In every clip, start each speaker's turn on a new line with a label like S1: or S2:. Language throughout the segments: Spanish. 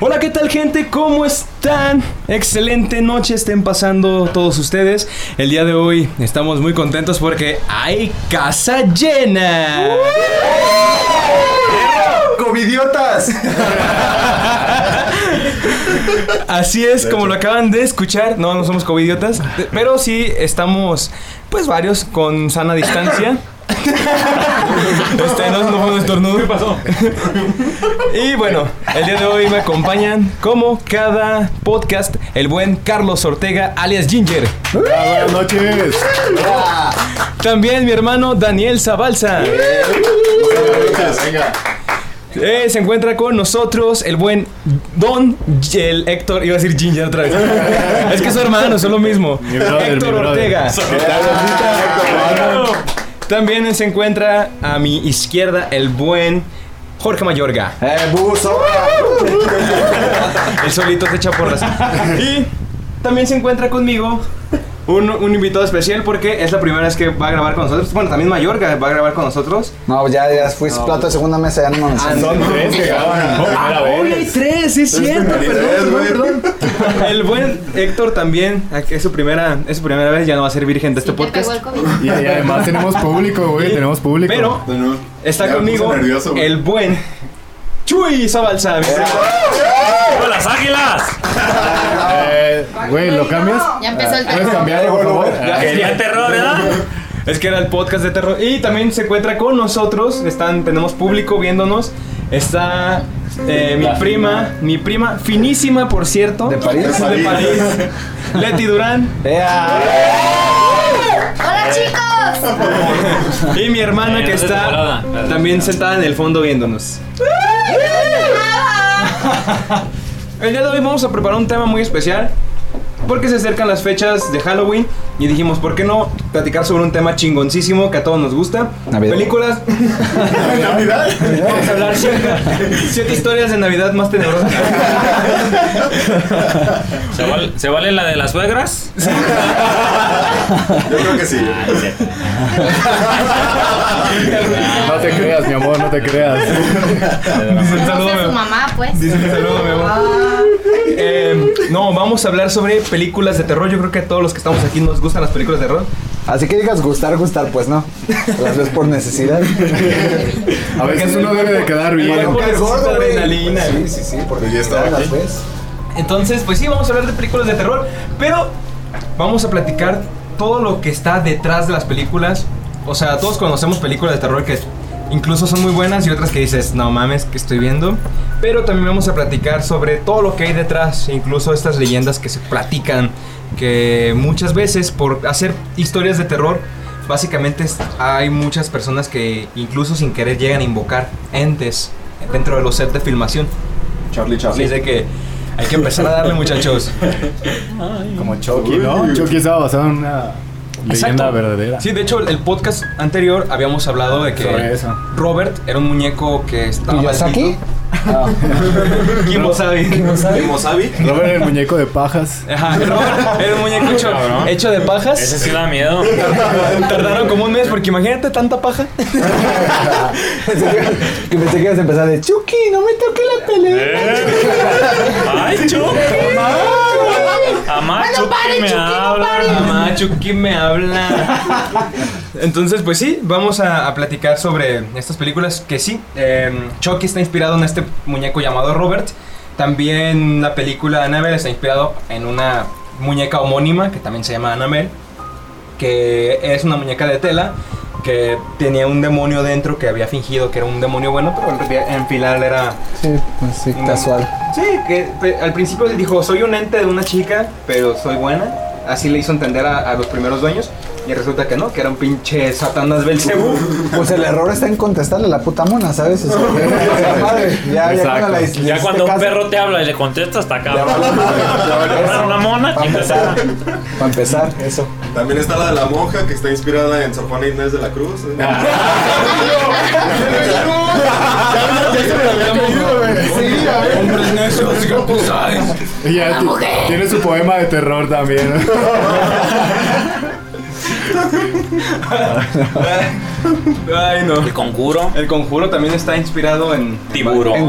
S1: Hola, ¿qué tal gente? ¿Cómo están? Excelente noche estén pasando todos ustedes. El día de hoy estamos muy contentos porque hay casa llena.
S2: ¡Covidiotas!
S1: Así es, como lo acaban de escuchar, no, no somos covidiotas, pero sí estamos, pues varios, con sana distancia. Este, no, no fue un estornudo. ¿Qué pasó? Y bueno, el día de hoy me acompañan, como cada podcast, el buen Carlos Ortega, alias Ginger.
S3: Buenas noches.
S1: También mi hermano Daniel Zabalza.
S3: Venga.
S1: Eh, se encuentra con nosotros el buen Don el Héctor, iba a decir Ginger otra vez. es que su hermano, son lo mismo.
S3: Mi brother,
S1: Héctor
S3: mi brother.
S1: Ortega.
S3: ¿Qué tal, bandita?
S1: También se encuentra a mi izquierda el buen Jorge Mayorga.
S2: ¡Eh, buzo!
S1: El solito se echa porras. Y también se encuentra conmigo un, un invitado especial porque es la primera vez que va a grabar con nosotros. Bueno, también Mayorga va a grabar con nosotros.
S2: No, ya, ya fui plato de segunda mesa, ya no me mencionas.
S3: Son tres que graban por
S1: Ah, hoy
S3: primera
S1: hay
S3: vez.
S1: tres, sí es cierto,
S3: primera
S1: perdón,
S3: vez,
S1: perdón, perdón. El buen Héctor también, aquí es su primera, es su primera vez, ya no va a ser virgen de este
S4: Sí, te pegó
S1: podcast.
S4: el COVID.
S3: Y, y además tenemos público, güey. Tenemos público.
S1: Pero está
S3: Ya me puse
S1: conmigo
S3: nervioso, güey.
S1: el buen Chuy Zabalza. mi hermano.
S5: las águilas!
S3: Eh, Güey, ¿lo cambias?
S4: Ya empezó el
S3: ¿Puedes
S4: terror.
S3: cambiarlo, por favor?
S1: Ya,
S3: Ah,
S1: ya.
S5: terror, ¿verdad?
S1: Es que era el podcast de terror y también se encuentra con nosotros, están tenemos público viéndonos. Está eh, mi prima, mi prima finísima por cierto,
S2: ¿De París?
S1: de París. Leti Durán
S2: ¡Ea!
S4: ¡Hola, chicos!
S1: y mi hermana
S5: Eh,
S1: que
S5: no se te
S1: está
S5: volaba.
S1: también sentada en el fondo viéndonos. El día de hoy vamos a preparar un tema muy especial porque se acercan las fechas de Halloween y dijimos, ¿por qué no platicar sobre un tema chingoncísimo que a todos nos gusta?
S2: Navidad.
S1: Películas. Vamos a hablar siete, siete historias de Navidad más tenebrosas.
S5: ¿Se vale, se vale la de las suegras?
S6: Yo creo que sí.
S3: No te creas, mi amor, no te creas.
S1: Un
S4: No
S1: saludo,
S4: sé su
S1: mi-
S4: mamá, pues.
S1: Dice un saludo, mi amor.
S4: Ah,
S1: Eh, no, vamos a hablar sobre películas de terror. Yo creo que a todos los que estamos aquí nos gustan las películas de terror.
S2: Así que digas gustar, gustar, pues no. Las ves por necesidad.
S3: A veces uno debe de quedar bien.
S1: Bueno,
S2: Nunca
S1: pues,
S2: es gordo, güey.
S1: adrenalina.
S2: Sí, sí, sí, porque
S6: Pues ya estaba
S2: las
S6: aquí.
S2: ves.
S1: Entonces, pues sí, vamos a hablar de películas de terror, pero vamos a platicar todo lo que está detrás de las películas. O sea, todos conocemos películas de terror que incluso son muy buenas y otras que dices, no mames, que estoy viendo. Pero también vamos a platicar sobre todo lo que hay detrás, incluso estas leyendas que se platican, que muchas veces por hacer historias de terror, básicamente es- hay muchas personas que incluso sin querer llegan a invocar entes dentro de los sets de filmación.
S6: Charlie
S1: Así
S6: Charlie.
S1: es de que hay que empezar a darle, muchachos.
S3: Como Chucky, ¿no? Chucky estaba basado en una leyenda
S1: Exacto.
S3: verdadera.
S1: Sí, de hecho, el, el podcast anterior habíamos hablado de que
S3: Sobre eso.
S1: Robert era un muñeco que estaba.
S2: ¿Y yo aquí?
S1: Kimosabi.
S6: Mosabi.
S3: Robert el muñeco de pajas.
S1: Ajá, Robert era un muñeco hecho,
S5: Cabrón.
S1: hecho de pajas.
S5: Ese sí da miedo.
S1: Tardaron como un mes porque imagínate tanta paja.
S2: Que pensé que ibas a empezar de Chucky, no me toque la pelea.
S5: ¡Ay, Chucky! ¡Amá, Chucky me habla!
S1: Mamá, Chucky me habla. Entonces, pues sí, vamos a, a platicar sobre estas películas que sí. eh, Chucky está inspirado en este muñeco llamado Robert. También la película Annabelle está inspirado en una muñeca homónima que también se llama Annabelle, que es una muñeca de tela que tenía un demonio dentro que había fingido que era un demonio bueno, pero en realidad- en final era
S2: Sí, pues sí,
S1: Mm.
S2: casual.
S1: Sí, que pe- al principio dijo, soy un ente de una chica, pero soy buena. Así le hizo entender a, a los primeros dueños. Y resulta que no, que era un pinche Satanás Belcebú.
S2: Pues el error está en contestarle a la puta mona, ¿sabes? O sea, esa madre, ya, ya cuando la hiciste
S5: Ya cuando un
S2: este caso-
S5: perro te habla y le contestas, está
S2: Ya valió
S5: cabrón.
S2: madre, ya valió
S5: Para
S2: eso.
S5: una mona,
S2: Para
S5: chingas.
S2: empezar, para empezar, eso.
S6: También está la de la monja que está inspirada en San Juan Inés de la Cruz.
S2: Sí, a ver.
S1: Hombres necios, gatos, ¿sabes?
S3: Y ya ti- tiene su poema de terror también.
S1: Ay, no.
S5: El conjuro.
S1: El conjuro también está inspirado en.
S5: Tiburón.
S2: En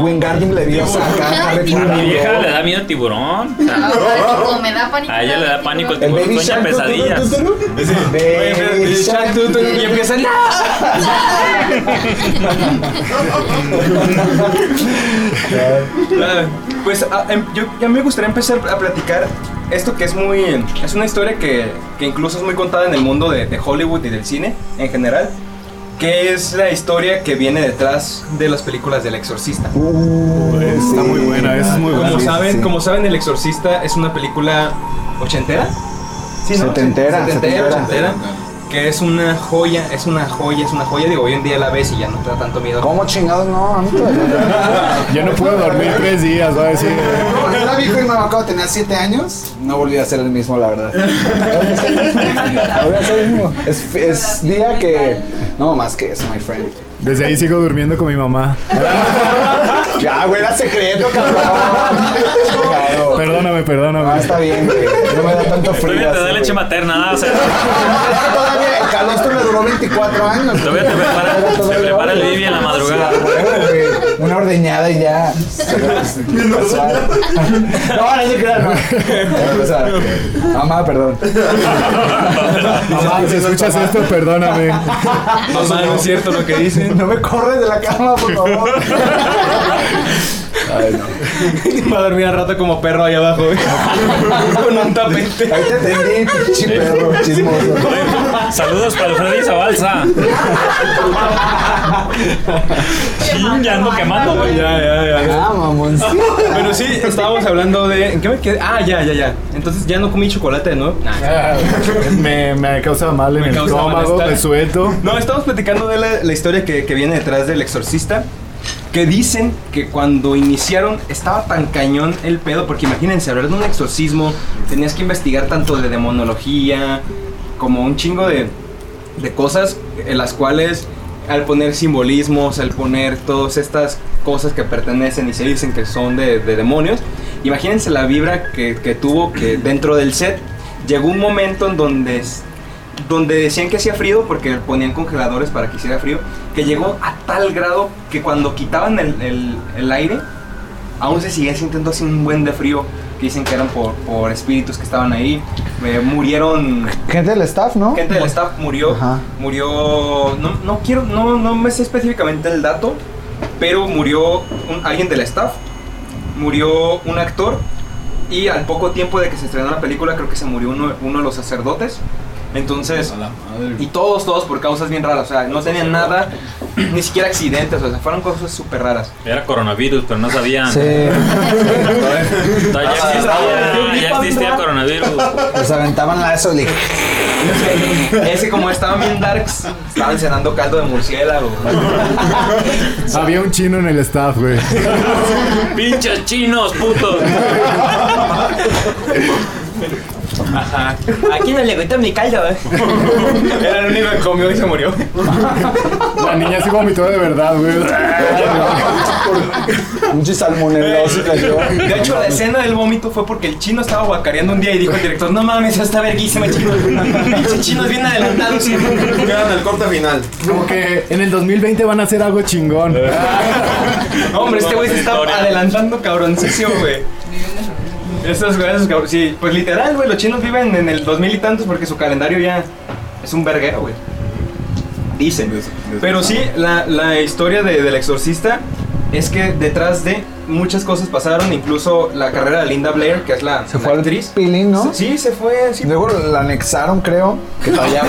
S2: Wingardium Leviosa acá, Harry
S5: A mi
S2: Potter.
S5: vieja le da miedo el tiburón.
S4: Ah, pánico, me da pánico.
S5: A ella le da pánico
S2: El
S5: el tiburón.
S2: Baby
S5: Sueña
S2: Shark. tu, tu,
S5: pesadillas.
S2: tu, tu, tu.
S1: Ese- Oye, pero-
S2: Baby Shark.
S1: tú- tú- Y empiezan. Ah, Pues a, em- yo, ya me gustaría empezar a platicar esto que es muy... Es una historia que, que incluso es muy contada en el mundo de, de Hollywood y del cine en general, que es la historia que viene detrás de las películas del exorcista.
S2: Uh,
S3: Está muy buena, es muy buena.
S1: Como
S2: Sí,
S1: saben,
S2: sí.
S1: como saben, El Exorcista es una película ochentera. Sí, setentera,
S2: Setentera, setentera.
S1: ochentera, Que es una joya, es una joya, es una joya. Digo, hoy en día la ves y ya no te da tanto miedo.
S2: ¿Cómo chingados no? A mí todavía.
S3: Yo no puedo dormir tres días, ¿sabes? Sí.
S2: Cuando era viejo y mamá cuando tenía 7 años, no volví a ser el mismo, la verdad. No volví a ser el mismo. Es, es día que. No, más que eso, my friend.
S3: Desde ahí sigo durmiendo con mi mamá.
S2: Ya, güey, era secreto, cabrón. Claro.
S3: Perdóname,
S2: Ah,
S3: perdóname.
S2: está bien, güey. No me da tanto frío.
S5: Todavía te
S2: así,
S5: da leche
S2: güey.
S5: materna, nada, o sea,
S2: Es que Todavía el calostro me duró 24 años.
S5: todavía te prepara, se prepara el baby en la madrugada.
S2: Bueno, güey, Una ordeñada y ya. No, no se crean, no. Voy a empezar. Mamá, perdón.
S3: Mamá, si escuchas esto, perdóname.
S1: Mamá, no es cierto lo que dice.
S2: No me corres de la cama, por favor. Ay, no.
S1: Va a dormir al rato como perro ahí abajo, güey. Con un tapete.
S2: Ahí te entendí, pinche perro chismoso.
S5: Saludos para Freddy Zabalza. Chin, ya ando quemando, güey.
S1: Ya, ya, ya.
S2: Ah, mamón. sí.
S1: Pero sí, estábamos hablando de. ¿En qué me quedé? Ah, ya, ya, ya. Entonces ya no comí chocolate de nuevo. Nah.
S3: Me, me causa mal en
S1: Me
S3: el
S1: causa
S3: estómago,
S1: malestar.
S3: me suelto.
S1: No, estamos platicando de la, la historia que, que viene detrás del exorcista. Que dicen que cuando iniciaron estaba tan cañón el pedo, porque imagínense, hablar de un exorcismo, tenías que investigar tanto de demonología, como un chingo de, de cosas en las cuales al poner simbolismos, al poner todas estas cosas que pertenecen y se dicen que son de, de demonios, imagínense la vibra que, que tuvo que dentro del set llegó un momento en donde, es- donde decían que hacía frío porque ponían congeladores para que hiciera frío, que llegó a tal grado que cuando quitaban el, el- el aire, aún se seguía sintiendo así un buen de frío, que dicen que eran por, por espíritus que estaban ahí, Eh, murieron
S2: Gente del staff, ¿no?
S1: gente del staff murió
S2: Ajá.
S1: murió no, no quiero no no me sé específicamente el dato pero murió un- alguien del staff murió un actor y al poco tiempo de que se estrenó la película creo que se murió uno, uno de los sacerdotes entonces y todos todos por causas bien raras o sea no tenían nada ni siquiera accidentes o sea fueron cosas súper raras
S5: Era coronavirus, pero no sabían.
S2: Sí.
S5: Ya
S2: Ah,
S5: existía, ya existía coronavirus.
S2: Nos aventaban la eso y
S1: ese como estaban bien darks estaban cenando caldo de murciélago
S3: Había un chino en el staff, güey.
S5: Pinches chinos, putos.
S1: Ajá. Ah, Aquí no le gustó mi caldo, eh. Era el único que comió y se murió.
S3: La niña sí vomitó de verdad, güey.
S2: Un chisalmonelloso que yo.
S1: Eh, De hecho, la escena del vómito fue porque el chino estaba guacareando un día y dijo el director, no mames, ya está verguísima, chino. Pinche chinos bien adelantados.
S6: Quedan al corte final.
S3: Como que en el 2020 van a hacer algo chingón.
S1: No, hombre, este güey se está adelantando cabroncísimo, güey. Esos güeyes, esos cabrones, sí. Pues literal, güey, los chinos viven en el 2000 y tantos porque su calendario ya es un verguero, güey. Dicen. Pero sí, la, la historia de- del exorcista es que detrás de muchas cosas pasaron, incluso la carrera de Linda Blair, que es la,
S2: Se
S1: la
S2: fue al
S1: actriz.
S2: pilín, ¿no?
S1: Sí, se fue, sí.
S2: Luego la anexaron, creo. Que para allá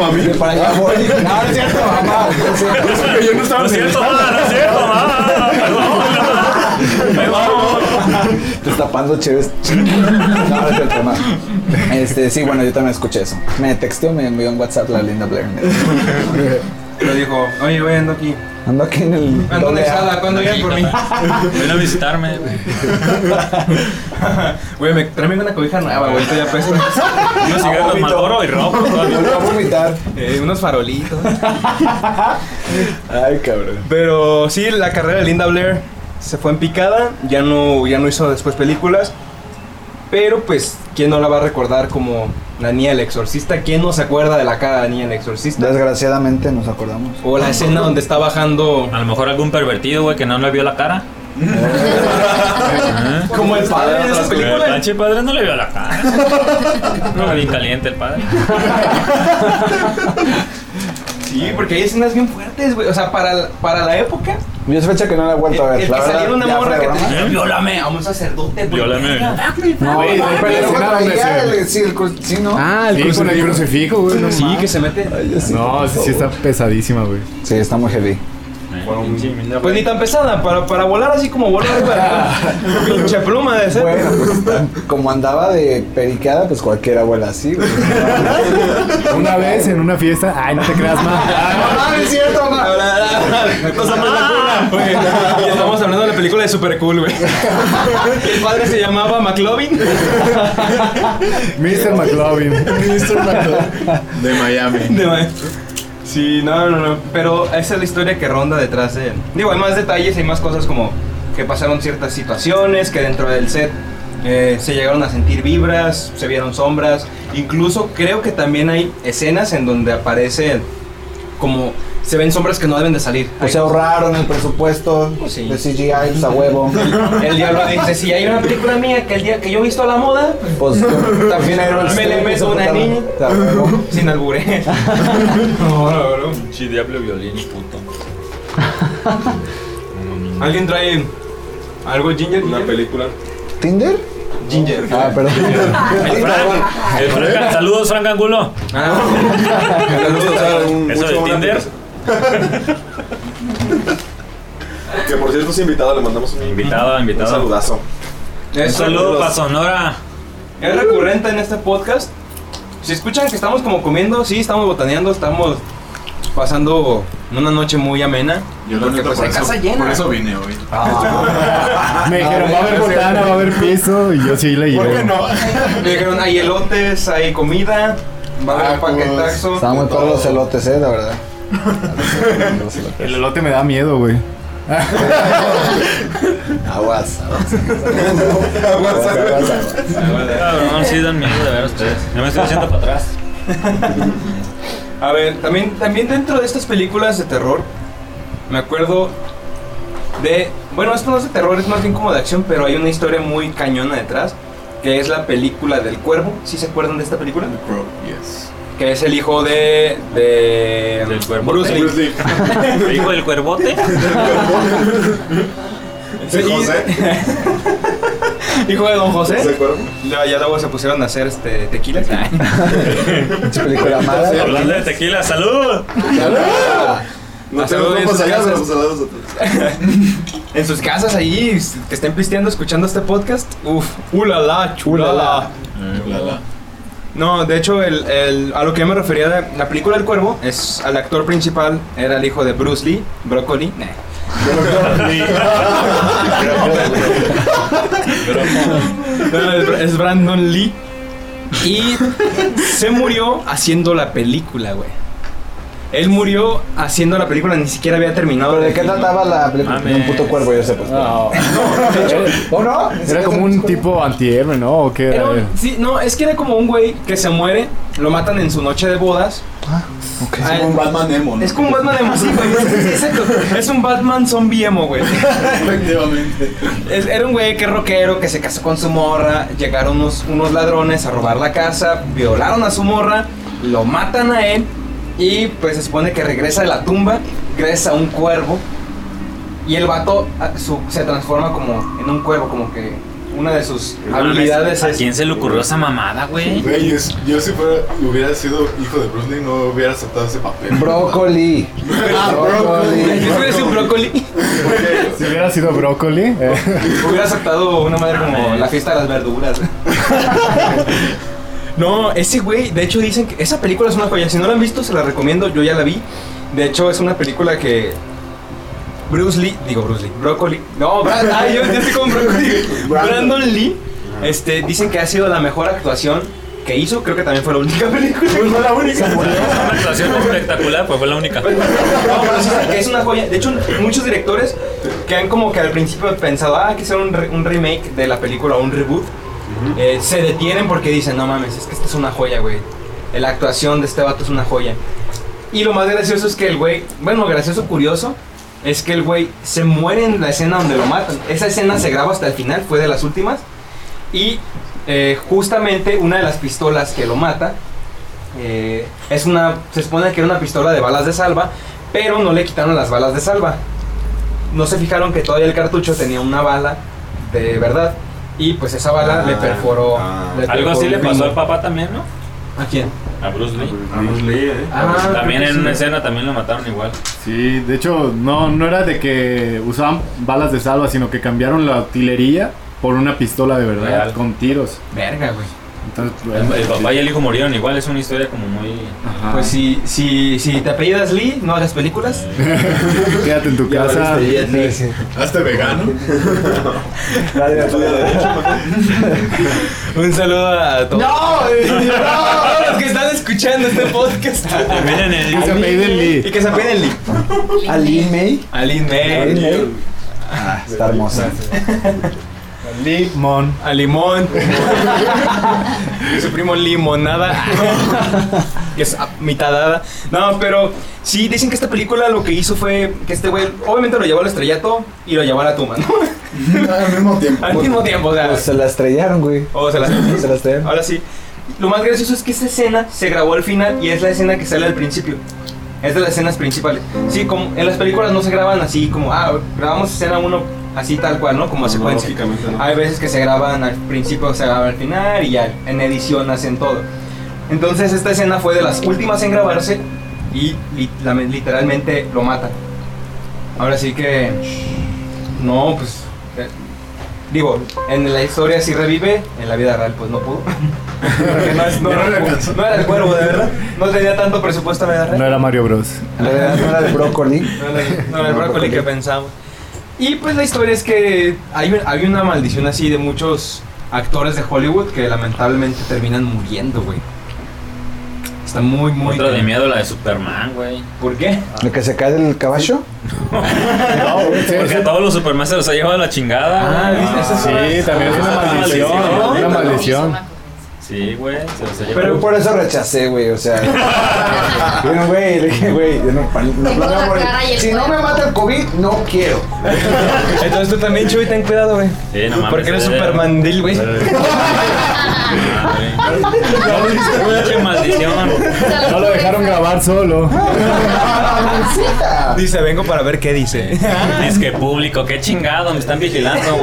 S2: voy. Que para allá voy. No, no es cierto, mamá. No es cierto.
S5: No es cierto, mamá, no es cierto, ah, mamá. Perdón, perdón.
S2: Te estás tapando chéves. No, no es cierto, mamá. Este, sí, bueno, yo también escuché eso. Me texteó, me envió un WhatsApp la linda Blair. Me dijo,
S1: Lo dijo, oye, güey, ando aquí.
S2: Ando aquí en el.
S1: Ando
S2: doble A.
S1: anexada, ¿cuándo vienes por mí?
S5: Ven a visitarme. güey.
S1: Güey, me tráeme una cobija nueva, güey, esto ya peso.
S5: Unos cigarros Malboro y rojo
S2: Me
S5: todavía.
S2: voy a vomitar.
S1: Eh, unos farolitos.
S2: Ay, cabrón.
S1: Pero sí, la carrera de Linda Blair se fue en picada, ya no, ya no hizo después películas. Pero pues, ¿quién no la va a recordar como Daniel el Exorcista. ¿Quién no se acuerda de la cara de Daniel el Exorcista?
S2: Desgraciadamente nos acordamos.
S1: O la escena donde está bajando
S5: A lo mejor algún pervertido, güey, que no le vio la cara. Ajá.
S1: como el padre de esa
S5: Pero el
S1: película.
S5: pinche padre no le vio la cara. Estaba bien caliente el padre.
S1: Sí, porque hay escenas bien fuertes, güey. O sea, para, la- para la época,
S2: Yo es fecha que no la he vuelto a
S1: el,
S2: ver.
S1: el
S2: la
S1: que
S2: verdad,
S1: saliera una
S2: ya
S1: morra
S2: fuera
S1: que
S2: de
S1: te
S2: broma.
S1: decía, viólame a un sacerdote, güey.
S5: Viólame.
S2: No,
S3: Güey,
S2: mames,
S3: pero
S2: luego
S3: escena donde
S2: traía
S3: se-
S2: el- sí, el cru- sí, ¿no?
S3: Ah, el crucifijo. el crucifijo, güey. No,
S1: Sí,
S3: mames.
S1: que se mete.
S3: No, sí, sí está pesadísima, güey.
S2: Sí, está muy heavy.
S1: Pues ni tan pesada, para, para volar así como volar. para- Pinche pluma de ser.
S2: Bueno, pues, como andaba de periqueada, pues cualquier abuela así, güey.
S3: Una vez en una fiesta. Ay, no te creas más.
S2: Ah, no es cierto, ma. Ah.
S1: Cosa más locura, güey. Y Estamos hablando de la película de Super Cool, güey. El padre se llamaba McLovin.
S3: Mr. McLovin.
S7: De Miami.
S1: De ma- eh. Sí, no, no, no. Pero esa es la historia que ronda detrás de. Digo, hay más detalles, hay más cosas como que pasaron ciertas situaciones, que dentro del set eh, se llegaron a sentir vibras, se vieron sombras. Incluso creo que también hay escenas en donde aparece como se ven sombras que no deben de salir.
S2: Pues se
S1: Hay-
S2: ahorraron el presupuesto
S1: Pues sí.
S2: de CGI, pues, a huevo.
S1: El diablo dice, si hay una película mía que el día que yo he visto a la moda,
S2: Pues también era
S1: Me le meto una niña.
S2: A huevo.
S1: sin albure. No, no, no.
S5: Pinche diablo violín, puto.
S1: ¿Alguien trae algo Ginger?
S6: Una película.
S2: ¿Tinder?
S1: Ginger.
S2: Ah, perdón.
S5: El Frank. El Frank. Saludos, Frank Angulo.
S1: Ah,
S5: Eso de Tinder.
S6: Que por cierto es invitado, le mandamos un
S5: Invitado,
S6: Un
S5: invitado.
S6: saludazo.
S5: Un
S1: Es,
S5: saludo para Sonora.
S1: es recurrente en este podcast. Si escuchan que estamos como comiendo, sí, estamos botaneando, estamos pasando una noche muy amena.
S7: Yo lo
S1: Porque,
S7: neta,
S1: pues,
S7: por,
S1: hay casa
S7: eso-
S1: llena.
S7: por eso vine hoy. Ah,
S3: Me dijeron, va a haber botana, va a haber piso. Y yo sí le llevo.
S1: Me dijeron, hay elotes, hay comida, va a haber
S7: Tacos.
S1: paquetaxo.
S2: Estaban muy todos los elotes, eh, la verdad. Los
S3: El
S2: elotes.
S3: elote me da miedo, güey.
S2: Aguas, aguas. Aguas, aguas, aguas.
S5: Cabrón, sí dan miedo de ver a ustedes. Yo me estoy haciendo para atrás.
S1: A ver, también, también dentro de estas películas de terror, me acuerdo de. Bueno, esto no es de terror, es más bien como de acción, pero hay una historia muy cañona detrás, que es la película del cuervo. ¿Sí se acuerdan de esta película?
S7: Bro, yes.
S1: Que es el hijo de. de. um,
S5: Del cuervo.
S1: Bruce Lee.
S6: Bruce Lee.
S5: ¿El hijo del cuervote?
S1: Sí,
S6: ¿Sí, José?
S1: Hijo de Don
S6: ¿Se
S1: José.
S6: acuerdan?
S1: Ya, ya luego se pusieron a hacer este tequila.
S2: Pinche película mala.
S5: Hablando de tequila, salud.
S1: Ah.
S6: No
S1: Hasta luego,
S6: tenemos ropas
S1: bien,
S6: allá, pero
S1: gracias.
S6: los saludos
S1: en sus casas ahí, que estén pisteando, escuchando este podcast. Uf, ulala, chulala. Eh, No, de hecho, el, el- a lo que yo me refería de la película del cuervo es al actor principal, era el hijo de Bruce Lee, Broccoli. Nah. No, es, Bra- es Brandon Lee. Y se murió haciendo la película, güey. Él murió haciendo la película, ni siquiera había terminado.
S2: ¿Pero de
S1: el
S2: qué
S1: film.
S2: trataba la película? De un
S5: Mames.
S2: puto cuervo, yo sé, pues. ¿O no?
S3: Ah. Era como un tipo antihéroe, ¿no? ¿O qué era?
S1: Era un- sí, no, es que era como un güey que se muere, lo matan en su noche de bodas. Ah,
S7: Es como un Batman emo, ¿no?
S1: Es como un Batman emo, sí, güey. Exacto. Es un Batman zombie emo, güey.
S7: Efectivamente.
S1: Es- Era un güey que es rockero, que se casó con su morra. Llegaron unos, unos ladrones a robar la casa, violaron a su morra, lo matan a él. Y pues se supone que regresa de la tumba, regresa un cuervo. Y el vato ah, su- se transforma como en un cuervo, como que una de sus habilidades
S5: ¿A
S1: es.
S5: quién se le ocurrió esa mamada, güey?
S7: Güey, es- yo si fuera, hubiera sido hijo de Bruce Lee, no hubiera aceptado ese papel.
S2: Brócoli.
S7: Ah,
S1: ¿Es
S7: brócoli.
S1: que hubiera sido un brócoli?
S7: Porque-
S3: Si hubiera sido brócoli, eh,
S1: Hubiera aceptado una madre como la fiesta de las verduras. no, ese güey, de hecho dicen que esa película es una joya. Si no la han visto, se la recomiendo. Yo ya la vi. De hecho, es una película que Bruce Lee, digo Bruce Lee, Broccoli. No, Brad, ay, yo, yo estoy con Broccoli. Brandon Lee, este, dicen que ha sido la mejor actuación que hizo. Creo que también Pues fue la única película.
S7: No la única.
S5: Una actuación espectacular, pues fue la única.
S1: No, pero sí dicen que es una joya. De hecho, muchos directores que han como que al principio pensado, ah, hay que hacer un, re- un remake de la película, un reboot. eh, se detienen porque dicen, no mames, es que esta es una joya, güey. Eh, La actuación de este vato es una joya. Y lo más gracioso es que el güey, bueno, gracioso, curioso, es que el güey se muere en la escena donde lo matan. Esa escena se graba hasta el final, fue de las últimas. Y eh, justamente una de las pistolas que lo mata eh, es una, se supone que era una pistola de balas de salva, pero no le quitaron las balas de salva. No se fijaron que todavía el cartucho tenía una bala de verdad. Y pues esa bala
S6: Ah,
S1: le perforó.
S6: ah.
S1: le
S5: Algo
S1: perforó
S5: así
S1: un
S5: le pasó
S1: pino.
S5: al papá también, ¿no?
S1: ¿A quién?
S5: A Bruce Lee.
S6: Vamos, Lee, eh.
S1: Ah, creo
S5: también
S1: que
S5: en
S1: sí.
S5: una escena también lo mataron igual.
S3: Sí, de hecho, no, no era de que usaban balas de salva, sino que cambiaron la artillería por una pistola de verdad,
S5: Real.
S3: con tiros.
S1: Verga, güey.
S3: Entonces,
S5: El,
S3: pues,
S5: el papá y el hijo murieron igual, es una historia como muy...
S3: ajá.
S1: Pues si, si, si te apellidas Lee, no hagas películas.
S3: quédate en tu
S6: Ya
S3: casa.
S6: valiste, ya.
S7: Hazte vegano.
S6: Estudia derecho.
S1: Un saludo a todos. ¡No! ¡No! Los que están escuchando este podcast.
S5: También en el...
S3: Que se apelliden
S1: y
S3: Lee.
S1: que se apelliden Lee.
S2: ¿A Lin May?
S1: A Lee
S2: ¿A
S1: May,
S2: Lin May? Ah, está hermosa.
S3: Mon.
S1: a Limón. y su primo Limonada. que es a- mitadada. No, pero sí, dicen que esta película lo que hizo fue que este güey, obviamente lo llevó al estrellato y lo llevó a la tumba, ¿no?
S7: Al mismo tiempo.
S1: Al mismo tiempo, o sea.
S2: Pues se la estrellaron, güey.
S1: O sea, la-
S2: Se la estrellaron.
S1: Ahora sí. Lo más gracioso es que esta escena se grabó al final y es la escena que sale al principio. Es de las escenas principales. Sí, como en las películas no se graban así como, ah, grabamos escena 1 así tal cual, ¿no? Como secuencia.
S6: Lógicamente no.
S1: Hay veces que se graban al principio, se graban al final y ya en edición hacen todo. Entonces esta escena fue de las últimas en grabarse y li- la- literalmente lo matan. Ahora sí que... No, pues... eh, digo, en la historia sí revive, en la vida real pues no pudo. Porque no, es- no-
S7: Ya no le alcanzó.
S1: no era el cuervo, de verdad. No tenía tanto presupuesto en la vida real.
S3: No era Mario Bros.
S2: En realidad no era de brócoli.
S1: No, no, el brócoli que pensamos. Y pues la historia es que hay, hay una maldición así de muchos actores de Hollywood que lamentablemente terminan muriendo, güey. Está muy, muy...
S5: Otra de miedo, la de Superman, güey.
S1: ¿Por qué?
S2: ¿Lo que se cae del caballo?
S5: Porque a todos los Superman se los ha llevado la chingada.
S1: Ah,
S5: güey.
S1: ¿viste? Esa es
S3: Sí,
S1: una-
S3: también es una
S5: Ah,
S3: maldición.
S5: maldición.
S3: Una maldición.
S5: Sí, güey, se los ha llevado.
S2: Pero por eso rechacé, güey, o sea. Bueno, güey, le dije, güey, yo no, pa- no
S4: Tengo
S2: planeo
S4: la
S2: morir.
S4: cara y el
S2: Si no me
S4: cuerpo.
S2: mata el COVID, no quiero.
S1: Entonces tú también, Chuy, ten cuidado, güey.
S5: Sí, no mames,
S1: Porque eres
S5: eh.
S1: supermandil, güey.
S4: Ah,
S5: Pinche maldición.
S3: No lo dejaron grabar solo.
S1: Dice, vengo para ver qué dice.
S5: Es que público, qué chingado, me están vigilando.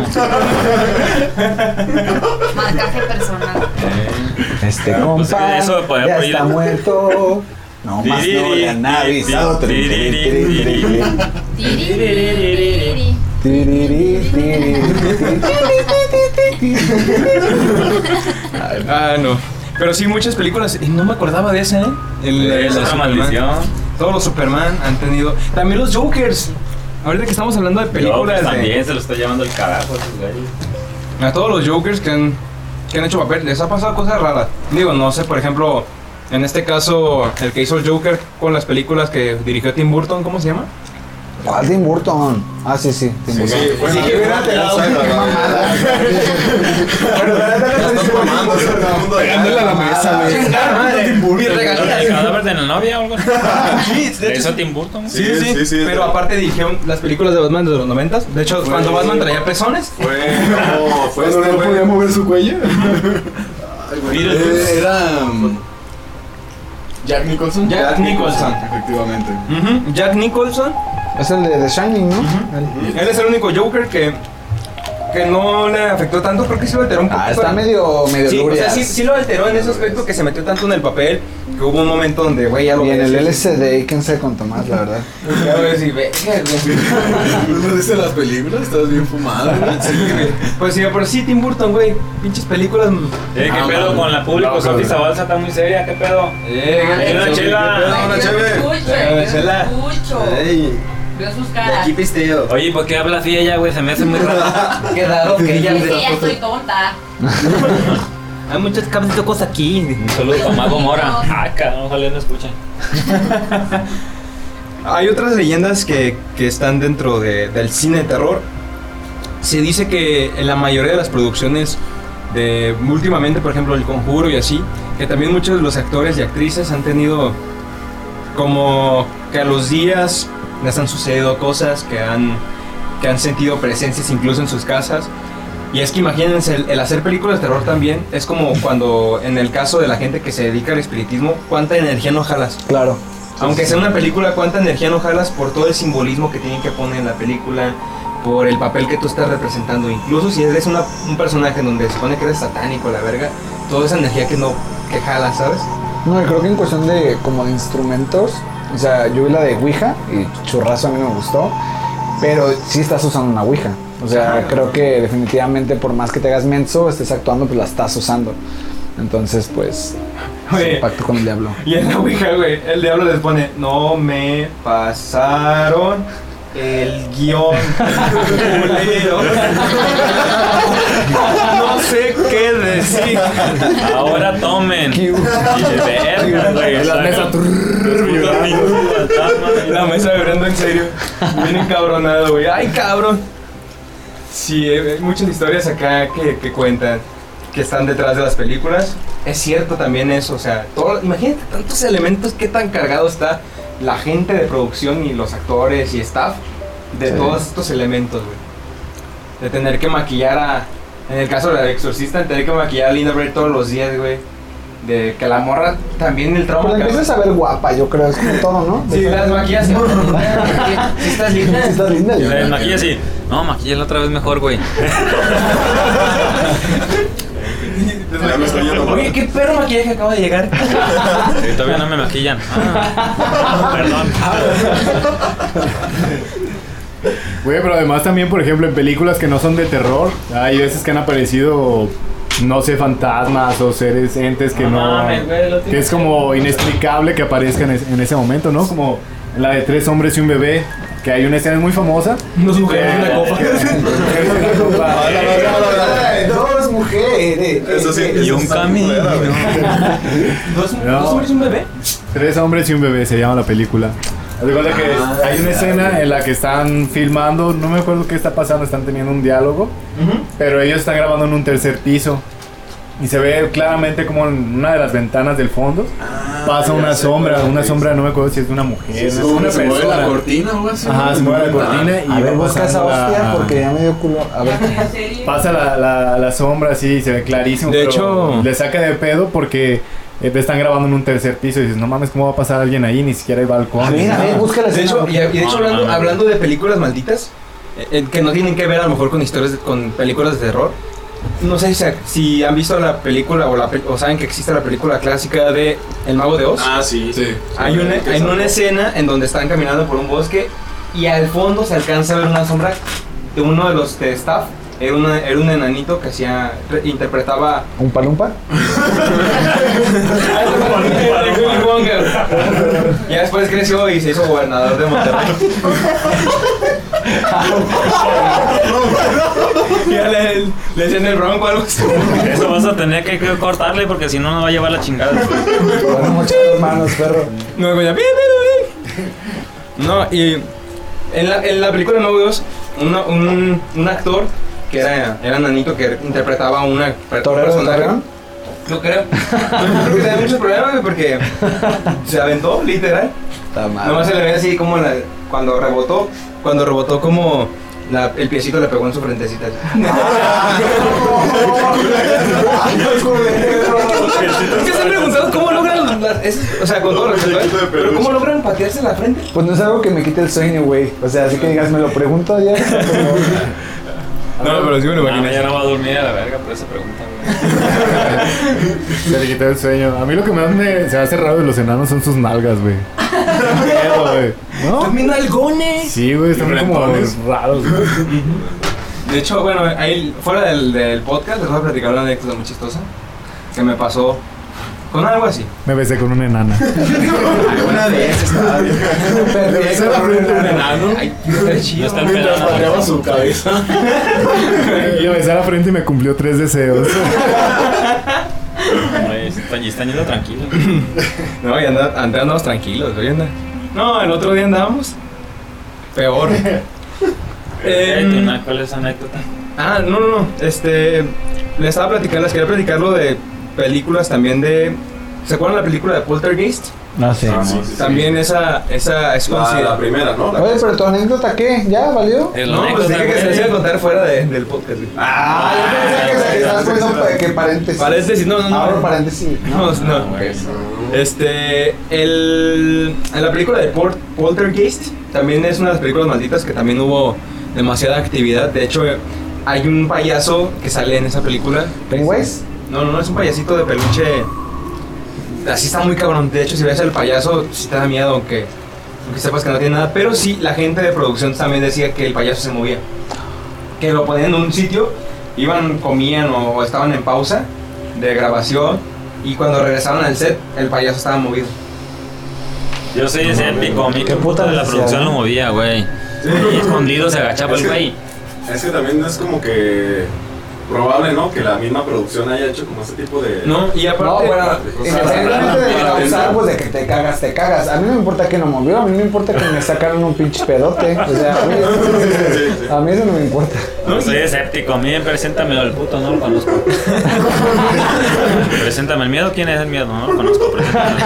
S4: Marcaje personal.
S2: Este
S5: pues,
S2: compa
S5: eso podría
S2: ya
S5: morir.
S2: está muerto. No más no le han avisado. Tiri, tiri, tiri, tiri,
S4: Tiri, tiri, tiri.
S2: tiri, tiri, tiri, tiri, tiri.
S1: Ah, no. Pero sí, muchas películas. Y no me acordaba de esa, ¿eh? El, el
S5: Es otra
S1: Superman.
S5: maldición.
S1: Todos los Superman han tenido. También los Jokers. Ahorita que estamos hablando de películas
S5: Yo, pues,
S1: de.
S5: también se lo está llevando el carajo a esos güeyes.
S1: A todos los Jokers que han, que han hecho papel, les ha pasado cosas raras. Digo, no sé, por ejemplo, en este caso, el que hizo el Joker con las películas que dirigió Tim Burton, ¿cómo se llama?
S2: ¿Cuál Tim Burton? Ah, sí, sí, Tim
S6: Sí,
S2: Burton.
S6: bueno,
S1: Sí, que hubiera
S6: no
S1: pegado.
S6: sé, la verdad.
S2: Pero la neta no
S6: Ya
S2: estoy
S6: están
S2: mamando.
S6: formando, todo el mundo allá.
S7: Dándole a la mesa, güey.
S1: Chingada madre, mis
S5: ¿El
S1: regalías.
S5: cadáver de la novia o algo así?
S1: Sí, de
S5: ¿Le
S1: hecho,
S5: hizo Tim Burton?
S1: Sí, sí, sí,
S6: Sí, sí,
S1: pero
S6: sí.
S1: aparte dirigieron las películas de Batman de los noventas. De hecho, cuando Batman traía pezones,
S6: Fue, no,
S7: Cuando
S6: fue este,
S7: no
S6: güey.
S7: podía mover su cuello.
S5: Beetlejuice.
S7: Eh, Era. mm, Jack Nicholson.
S1: Jack Nicholson.
S7: Efectivamente.
S1: Ujú, Jack Nicholson,
S2: Es el de The Shining, ¿no?
S1: él es el único Joker que, que no le afectó tanto, creo que sí lo alteró un poco.
S2: Ah, está medio, medio
S1: Sí, o sea,
S2: lurias.
S1: sí, sí lo alteró en ese aspecto que se metió tanto en el papel que hubo un momento donde, güey, ya lo
S2: Y en el
S1: ves,
S2: LCD, quién sabe cuánto más, la verdad.
S1: ya lo ves y, "Verga, güey".
S7: ¿No dice las películas? Estás bien fumado. güey.
S1: Pues sí, pero sí, Tim Burton, güey, pinches películas.
S5: Eh, ¿Qué
S7: Ah,
S5: pedo
S7: mami.
S5: con la público?
S7: No,
S5: Sofía
S7: no.
S5: Zabalza está muy seria, ¿qué pedo?
S1: Eh,
S5: Una
S1: güey,
S5: chela.
S1: ¿qué
S6: Una
S8: Yo
S6: chévere.
S8: escucho,
S1: Eh,
S8: yo
S1: chela.
S8: escucho.
S1: pedo? Ey,
S8: Veo sus caras.
S6: pisteo.
S5: Oye, ¿por qué habla así ella, güey? Se me hace muy raro.
S1: qué raro que ella.
S8: Sí, ya estoy tonta.
S1: Hay muchas capas de cosas aquí.
S5: Un saludo para Mago Mora. Ah, cabrón, ojalá no escuchen.
S1: Hay otras leyendas que, que están dentro de- del cine de terror. Se dice que en la mayoría de las producciones eh, últimamente, por ejemplo, El Conjuro y así, que también muchos de los actores y actrices han tenido como que a los días les han sucedido cosas que han, que han sentido presencias incluso en sus casas. Y es que imagínense, el, el hacer películas de terror también es como cuando, en el caso de la gente que se dedica al espiritismo, cuánta energía no jalas.
S2: Claro.
S1: Aunque sea una película, ¿cuánta energía no jalas por todo el simbolismo que tienen que poner en la película? Por el papel que tú estás representando. Incluso si eres una- un personaje en donde se supone que eres satánico, la verga. Toda esa energía que no que jalas, ¿sabes?
S2: No, y creo que en cuestión de como de instrumentos, o sea, yo vi la de Ouija y churrazo a mí no me gustó, pero sí estás usando una Ouija. O sea, creo que definitivamente por más que te hagas menso, estés actuando, pues la estás usando. Entonces, pues,
S1: Oye,
S2: es un pacto con el diablo.
S1: y en la Ouija, güey, el diablo les pone: No me pasaron el guión culero". No sé qué decir.
S5: Ahora tomen. Y de verga, güey.
S2: La
S5: saca-
S2: mesa,
S5: Los putos niños, la tama, y
S1: La mesa vibrando en serio. Bien encabronado, güey. Ay, cabrón. Sí, eh, hay muchas historias acá que, que cuentan que están detrás de las películas. Es cierto también eso, o sea, todo, imagínate tantos elementos, qué tan cargado está la gente de producción y los actores y staff de
S2: Sí.
S1: todos estos elementos, güey. De tener que maquillar a. En el caso de la exorcista, de tener que maquillar a Linda Blair todos los días, güey. De que la morra también el trauma
S2: Pero la
S1: que-
S2: empiezas a ver guapa, yo creo, es como todo, ¿no?
S1: Sí, las maquillas. Si estás linda.
S2: Sí, estás linda.
S5: La
S2: yo.
S5: maquilla así. No, maquilla otra vez mejor, güey.
S6: Ya me estoy yendo.
S1: Oye, qué perro maquillaje acaba de llegar.
S5: Sí, todavía no me maquillan. Ah, perdón.
S3: Güey, pero además también, por ejemplo, en películas que no son de terror, hay veces que han aparecido, no sé, fantasmas o seres, entes que
S5: No
S3: no...
S5: mames, güey, lo
S3: que es como inexplicable que aparezcan es- en ese momento, ¿no? Como en la de tres hombres y un bebé, que hay una escena muy famosa.
S1: Nos mujeres una copa.
S2: Dos mujeres.
S6: Eso sí.
S1: eh,
S5: Y un camino.
S1: ¿Dos,
S3: No.
S1: dos hombres y un bebé?
S3: Tres hombres y un bebé se llama la película. Haz de cuenta que
S7: Ah,
S3: hay una escena en la que están filmando, no me acuerdo qué está pasando, están teniendo un diálogo, pero ellos están grabando en un tercer piso y se ve claramente como en una de las ventanas del fondo pasa
S7: Ah, ya
S3: una
S7: sé
S3: sombra,
S7: cuál es.
S3: una sombra, no me acuerdo si es de una mujer,
S7: Es
S3: o
S7: como
S3: una
S7: se mueve la
S3: persona.
S7: cortina o algo así.
S3: Ajá, se mueve la cortina
S1: eh,
S3: y
S2: A ver,
S3: va
S2: busca esa
S3: pasando la-
S2: hostia porque ya me dio culo. A ver.
S3: Pasa la, la- la sombra así y se ve clarísimo.
S1: De
S3: pero
S1: hecho-
S3: le saca de pedo porque eh, te están grabando en un tercer piso y dices, no mames, ¿cómo va a pasar alguien ahí? Ni siquiera hay balcón.
S2: A ver, a ver, busca la
S1: De
S2: escena,
S1: hecho,
S2: porque-
S1: y, y de hecho
S5: No, no,
S1: hablando,
S5: no.
S1: hablando de películas malditas, eh, eh, que no tienen que ver a lo mejor con historias, de- con películas de terror. No sé si, se- si han visto la película o, la, pe- o saben que existe la película clásica de El Mago de Oz.
S5: Ah, sí.
S7: Sí.
S1: hay una, hay una escena en donde están caminando por un bosque y al fondo se alcanza a ver una sombra de uno de los de staff. Era, una- era un enanito que hacía, re- interpretaba
S2: ¿Un palumpa?
S1: Ya después creció y se hizo gobernador de Monterrey. Ya le, le decían el bronco o algo así.
S5: Eso vas a tener que que cortarle porque si no nos va a llevar la chingada.
S2: Bueno, muchas manos, perro.
S1: No, güey, ya, pi, pi, pi. No, y en la, en la película No Dios, un, un actor que era, era nanito que interpretaba a una per- un
S2: ¿Torero de
S1: personaje.
S2: Torreón?
S1: No creo. No creo que tenía muchos problemas güey, porque se aventó, literal.
S2: Está mal.
S1: Nomás Ah, se le ve así como la- cuando rebotó, cuando rebotó como la- el piecito le pegó en su frentecita. Yo se he preguntado cómo logran las- esas- o sea, con todo respeto, ¿eh? pero cómo logran patearse la frente.
S2: Pues no es algo que me quite el sueño, güey. O sea, así que digas, me lo pregunto ayer.
S1: No, pero sí me
S5: Ah, ya no va a dormir a la verga por esa pregunta, güey.
S3: Se le quita el sueño. A mí lo que más me, se me hace raro de los enanos son sus nalgas, güey. Qué miedo, güey. ¿No?
S1: También algones.
S3: Sí, güey, están como
S7: Rentones.
S3: raros, güey.
S1: De hecho, bueno, ahí fuera del, del podcast les voy a platicar una anécdota muy chistosa que me pasó con algo así.
S3: Me besé con una enana.
S1: Una vez estaba bien. Ay, qué
S5: No
S1: chido.
S5: está pelado.
S7: su cabeza.
S3: Le besé a la frente y me cumplió tres deseos.
S5: Güey, están- Y están yendo tranquilos.
S1: No, y anda- anda- andamos tranquilos, güey, anda. No, el otro día andábamos peor.
S5: Eh,
S1: Em, mm.
S5: ¿Cuál es la anécdota?
S1: ah, no, no, no. Este, les estaba platicando, les quería platicar lo de películas también de. ¿Se acuerdan la película de Poltergeist?
S2: No sé.
S7: Ah, sí, sí, sí.
S1: También esa, esa es
S7: La,
S1: considerada.
S7: la primera, ¿no? La-
S2: Oye, pero tu anécdota qué? ¿Ya valió?
S5: El
S1: No, pues dije que se les iba a contar fuera de- del podcast. güey.
S2: Ah, yo pensé que estabas poniendo pa- que paréntesis.
S1: Paréntesis, no, no, no.
S2: Abro paréntesis.
S1: No, no. Este, el, en la película de Pol- Poltergeist también es una de las películas malditas que también hubo demasiada actividad. De hecho, eh, hay un payaso que sale en esa película.
S2: Pennywise.
S1: No, no, no, es un payasito de peluche. Así está muy cabrón. De hecho, si ves el payaso, sí te da miedo, aunque, aunque sepas que no tiene nada. Pero sí, la gente de producción también decía que el payaso se movía. Que lo ponían en un sitio, iban, comían o, o estaban en pausa de grabación. Y cuando regresaban al set, el payaso estaba movido.
S5: Yo soy ese épico, mi
S2: Qué
S5: que
S2: puta
S5: puta de la
S2: necesidad,
S5: producción
S2: ¿no?
S5: lo movía, güey.
S7: Sí.
S5: Y escondido se agachaba
S7: Es
S5: el
S7: que-
S5: güey.
S7: Es que también es como que probable, ¿no? Que la misma producción haya hecho como ese tipo de...
S1: No, y
S2: No,
S1: aparte.
S2: bueno, independientemente de
S7: la-
S2: causar, pues de que te cagas, te cagas. A mí no me importa que no movió, a mí me importa que me sacaron un pinche pedote. O sea, a mí, a mí eso no me importa.
S5: No, soy escéptico. Miren, preséntame al puto, no lo conozco. preséntame el miedo. ¿Quién es el miedo? No lo conozco. Preséntame.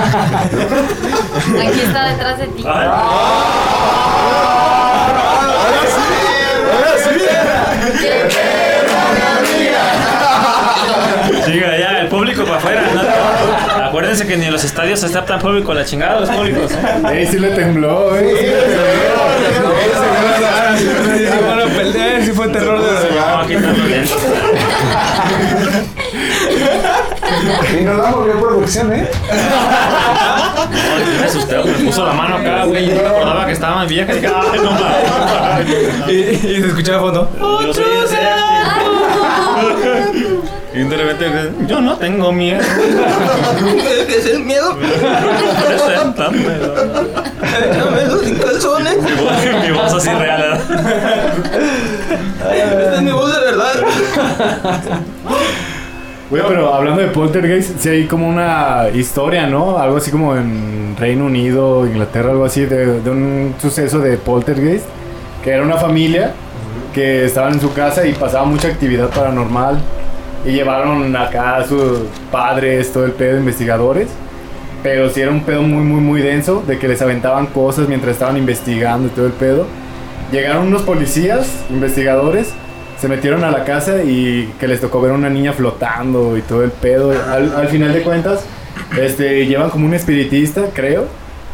S4: Aquí está detrás de ti.
S7: Ah,
S5: Siga, Ah, ya, el público para afuera. ¿no? Acuérdense que ni en los estadios aceptan público, la chingada, los públicos. ¿eh?
S3: Ey, sí le tembló, eh. Sí, le tembló. Ey, se fue la cara, sí, sí, sí, bueno,
S1: si fue terror
S5: No, aquí están los lentes.
S2: Y no la movió producción, ¿eh?
S5: No, aquí me asusté, me puso la mano acá, güey. Yo me acordaba que estaba en vieja y dije, ay, no mames.
S1: Y, y se escuchaba de fondo.
S5: Yo soy escéptico. Y de repente, yo no tengo miedo.
S1: ¿Es el miedo?
S5: Preséntame.
S1: No, esos sin calzones.
S5: Mi voz- Mi voz así real. ¿eh?
S1: Esta es mi voz de verdad.
S3: Güey, pero hablando de Poltergeist, sí hay como una historia, ¿no? Algo así como en Reino Unido, Inglaterra, algo así, de, de un suceso de Poltergeist, que era una familia que estaban en su casa y pasaba mucha actividad paranormal y llevaron acá a sus padres, todo el pedo, investigadores, pero sí era un pedo muy, muy, muy denso, de que les aventaban cosas mientras estaban investigando y todo el pedo. Llegaron unos policías, investigadores, se metieron a la casa y que les tocó ver a una niña flotando y todo el pedo. Al, al final de cuentas, este, llevan como un espiritista, creo,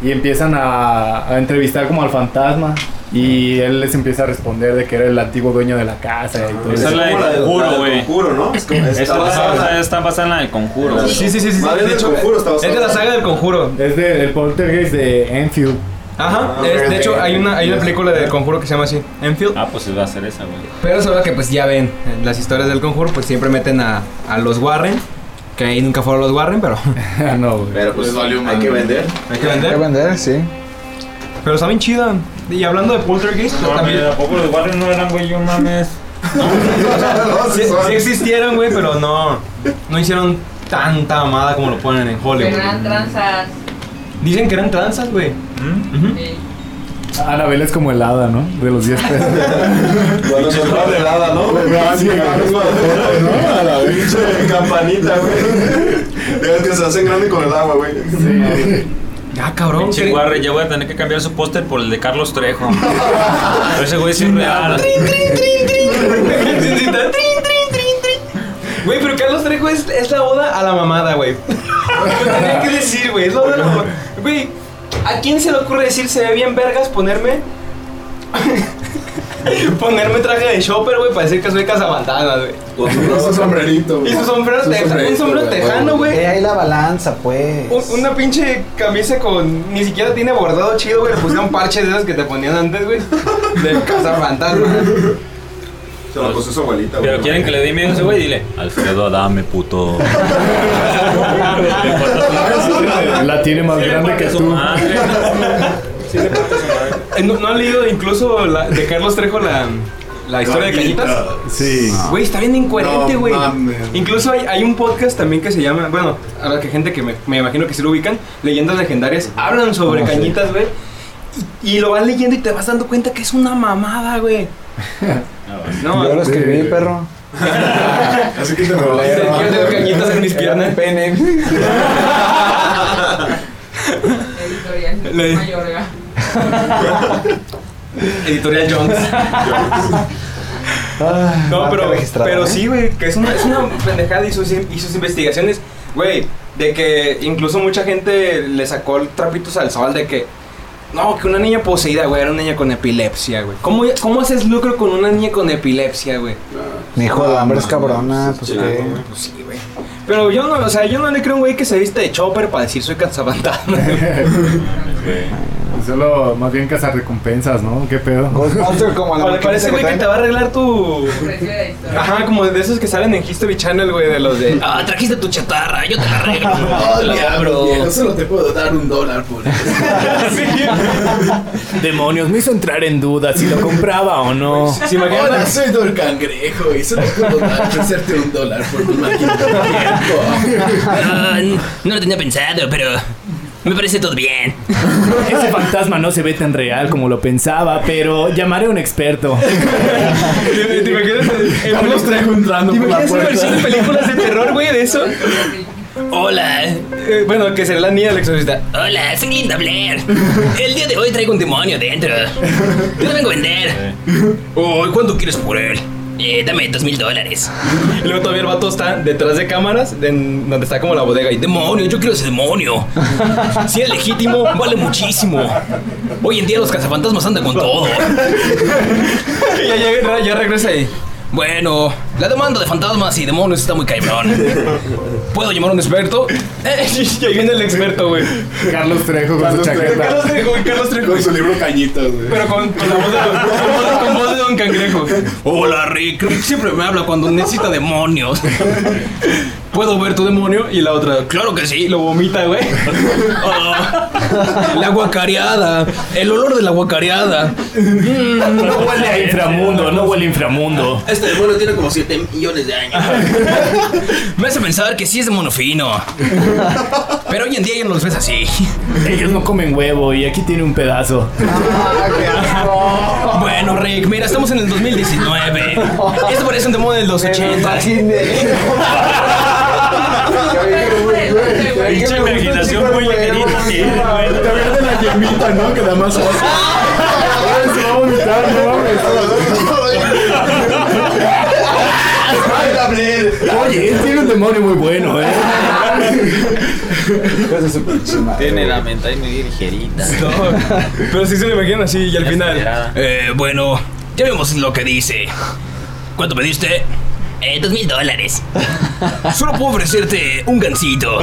S3: y empiezan a, a entrevistar como al fantasma. Y él les empieza a responder de que era el antiguo dueño de la casa y
S6: Ah,
S3: todo
S5: Esa
S3: eso.
S5: es la de Conjuro, güey.
S7: Conjuro, ¿no? Es como-
S5: Esta
S7: está basada-
S5: esta- esta basada en la de conjuro. güey.
S1: Sí, sí, sí, sí.
S7: Más bien
S1: de
S7: del
S1: hecho,
S7: Conjuro está
S1: es
S7: basado.
S1: de la saga del conjuro.
S3: Es de- del poltergeist de Enfield.
S1: Ajá.
S7: Ah,
S1: es-
S7: ok,
S1: de hecho,
S7: ok.
S1: hay una, hay una película del conjuro que se llama así, Enfield.
S5: Ah, pues sí va a ser esa, güey.
S1: Pero es verdad que pues ya ven, en las historias del conjuro pues siempre meten a, a los Warren, que ahí nunca fueron los Warren, pero
S3: Ah, no, güey.
S7: Pero pues
S6: Les valió
S7: hay
S6: madre.
S7: que vender.
S1: hay que
S2: ¿Qué
S1: vender.
S2: vender? Sí.
S1: Pero está bien chida. Y hablando de Poltergeist, pues, también...
S5: poco los guardias no eran, güey? Yo mames.
S1: Ah, Sí, sí existieron, güey, pero no, no hicieron tanta amada como lo ponen en Hollywood.
S8: Eran tranzas.
S1: Dicen que eran tranzas, güey. Ujú.
S8: eh,
S3: Anabel es como helada, ¿no? De los 10 pesos.
S7: Cuando se fue de helada, ¿no?
S3: sí,
S7: ¿no? A la pinche campanita, güey.
S6: Es que se hacen grande con el agua, güey.
S1: Ah, cabrón.
S5: Pinche
S1: que-
S5: guarre, ya voy a tener que cambiar su póster por el de Carlos Trejo. Pero ese güey es irreal.
S1: Güey, pero Carlos Trejo es, es la oda a la mamada, güey. Lo tenía que decir, güey. Es la oda a la mamada. Güey, ¿a quién se le ocurre decir se ve bien vergas ponerme. ponerme traje de shopper, güey, para decir que soy cazabandanas, güey?
S7: Con su rosa sombrerito,
S1: Y su sombrero,
S7: Su
S1: teja- un
S7: sombrerito,
S1: sombrero
S7: güey.
S1: tejano, güey.
S2: Eh, ahí la balanza, pues.
S1: Un- Una pinche camisa con. Ni siquiera tiene bordado chido, güey. Le pusieron parches de esos que te ponían antes, güey. De cazafantasma.
S7: Se la puso su abuelita, güey.
S5: Pero quieren que le dé miedo a ese güey, dile. Alfredo Adame, puto.
S3: La tiene más grande que
S5: su
S3: tú.
S5: madre. Sí, le parte su madre.
S1: Eh, ¿No, no han leído incluso la- de Carlos Trejo la, la historia de Cañitas? Ah.
S3: Sí.
S1: Güey, está bien incoherente,
S6: No
S1: güey.
S6: mames.
S1: Incluso hay, hay un podcast también que se llama, bueno, a la que gente que me, me imagino que sí lo ubican, leyendas legendarias, hablan sobre
S3: Ah, sí.
S1: cañitas, güey. Y, y lo van leyendo y te vas dando cuenta que es una mamada, güey.
S5: No,
S2: Yo lo
S5: güey.
S2: escribí, perro.
S7: Así que te me
S1: Yo
S7: vale.
S2: Ah,
S1: tengo cañitas en mis
S2: Era mi
S1: piernas.
S2: pene.
S8: Editorial
S1: Le-
S8: Mayorga.
S1: Editorial Jones.
S2: Ah,
S1: No,
S2: marca
S1: pero,
S2: registrada,
S1: pero
S2: ¿eh?
S1: sí, güey, que es una, es una pendejada y sus, y sus investigaciones, güey, de que incluso mucha gente le sacó el trapitos al sol de que, no, que una niña poseída, güey, era una niña con epilepsia, güey. ¿Cómo, ¿Cómo haces lucro con una niña con epilepsia, güey?
S2: Mi hijo de hambre es cabrona, pues
S7: Chilango,
S2: que.
S7: güey.
S1: Pues Ah, sí, güey. Pero yo no, o sea, yo no le creo a un güey que se viste de chopper para decir soy cansabantana.
S3: Solo más bien cazar recompensas, ¿no? ¿Qué pedo?
S2: Ghostbuster Pues, como la
S1: O le parece, güey, que te va a arreglar tu...
S8: Precio de editorial.
S1: Ajá, como de esos que salen en History Channel, güey, de los de... Ah, trajiste tu chatarra, yo te la arreglo. yo te la abro".
S9: solo te puedo dar un dólar por
S5: Demonios, me hizo entrar en duda si lo compraba o no.
S1: ah, ¿Se imaginan?
S9: Hola, soy Don Cangrejo y solo puedo dar- ofrecerte un dólar por tu máquina de tiempo.
S10: Ah, n- no lo tenía pensado, pero me parece todo bien.
S5: Ese fantasma no se ve tan real como lo pensaba, pero llamaré a un experto.
S1: ¿Te te imaginas? En los trajo entrando ¿Te imaginas una versión de películas de terror, güey, de eso?
S10: Hola,
S1: Eh, bueno, que será la niña del exorcista.
S10: hola, soy Linda Blair. El día de hoy traigo un demonio dentro. Yo lo vengo a vender. Oh, ¿cuánto quieres por él? Eh, dame dos mil dólares.
S1: Y luego todavía el vato está detrás de cámaras, de- en donde está como la bodega. Y
S10: Demonio, yo quiero ese demonio. Si es legítimo, vale muchísimo. Hoy en día los cazafantasmas andan con todo.
S1: ya, ya, ya regresa ahí.
S10: Bueno, la demanda de fantasmas y demonios está muy cabrón. ¿Puedo llamar a un experto?
S1: Eh, y ahí viene el experto, güey.
S3: Carlos Trejo con su
S7: Carlos Trejo.
S3: chaqueta.
S1: Carlos Trejo, güey, Carlos Trejo.
S7: Con su libro Cañitas, güey.
S1: Pero con, con la voz de, con voz- con voz de Don Cangrejo.
S10: Hola, Rick. Rick siempre me habla cuando necesita demonios.
S1: ¿Puedo ver tu demonio? Y la otra,
S10: Claro que
S1: y
S10: sí.
S1: lo vomita, güey.
S10: La guacareada. El olor de la guacareada.
S5: No huele a inframundo, no huele a inframundo.
S9: Este demonio tiene como 7 millones de años.
S10: Me hace pensar que sí es demonio fino. Pero hoy en día ya no los ves así.
S5: Ellos no comen huevo y aquí tiene un pedazo.
S10: Bueno, Rick, mira, estamos en el 2019. Esto parece un demonio de los 80.
S5: Pinche imaginación muy ligerita tiene, güey.
S3: Te ves de la yemita, ¿no? Que nada más. Ay, se va a vomitar, no mames. Oye, él tiene un demonio muy bueno, eh.
S2: Hijos de su pinche madre.
S9: Tiene la menta y muy ligerita.
S1: No, pero sí se lo imaginan así y al final.
S10: Eh, bueno, ya vemos lo que dice. ¿Cuánto pediste? Eh, dos mil dólares. Solo puedo ofrecerte un gancito.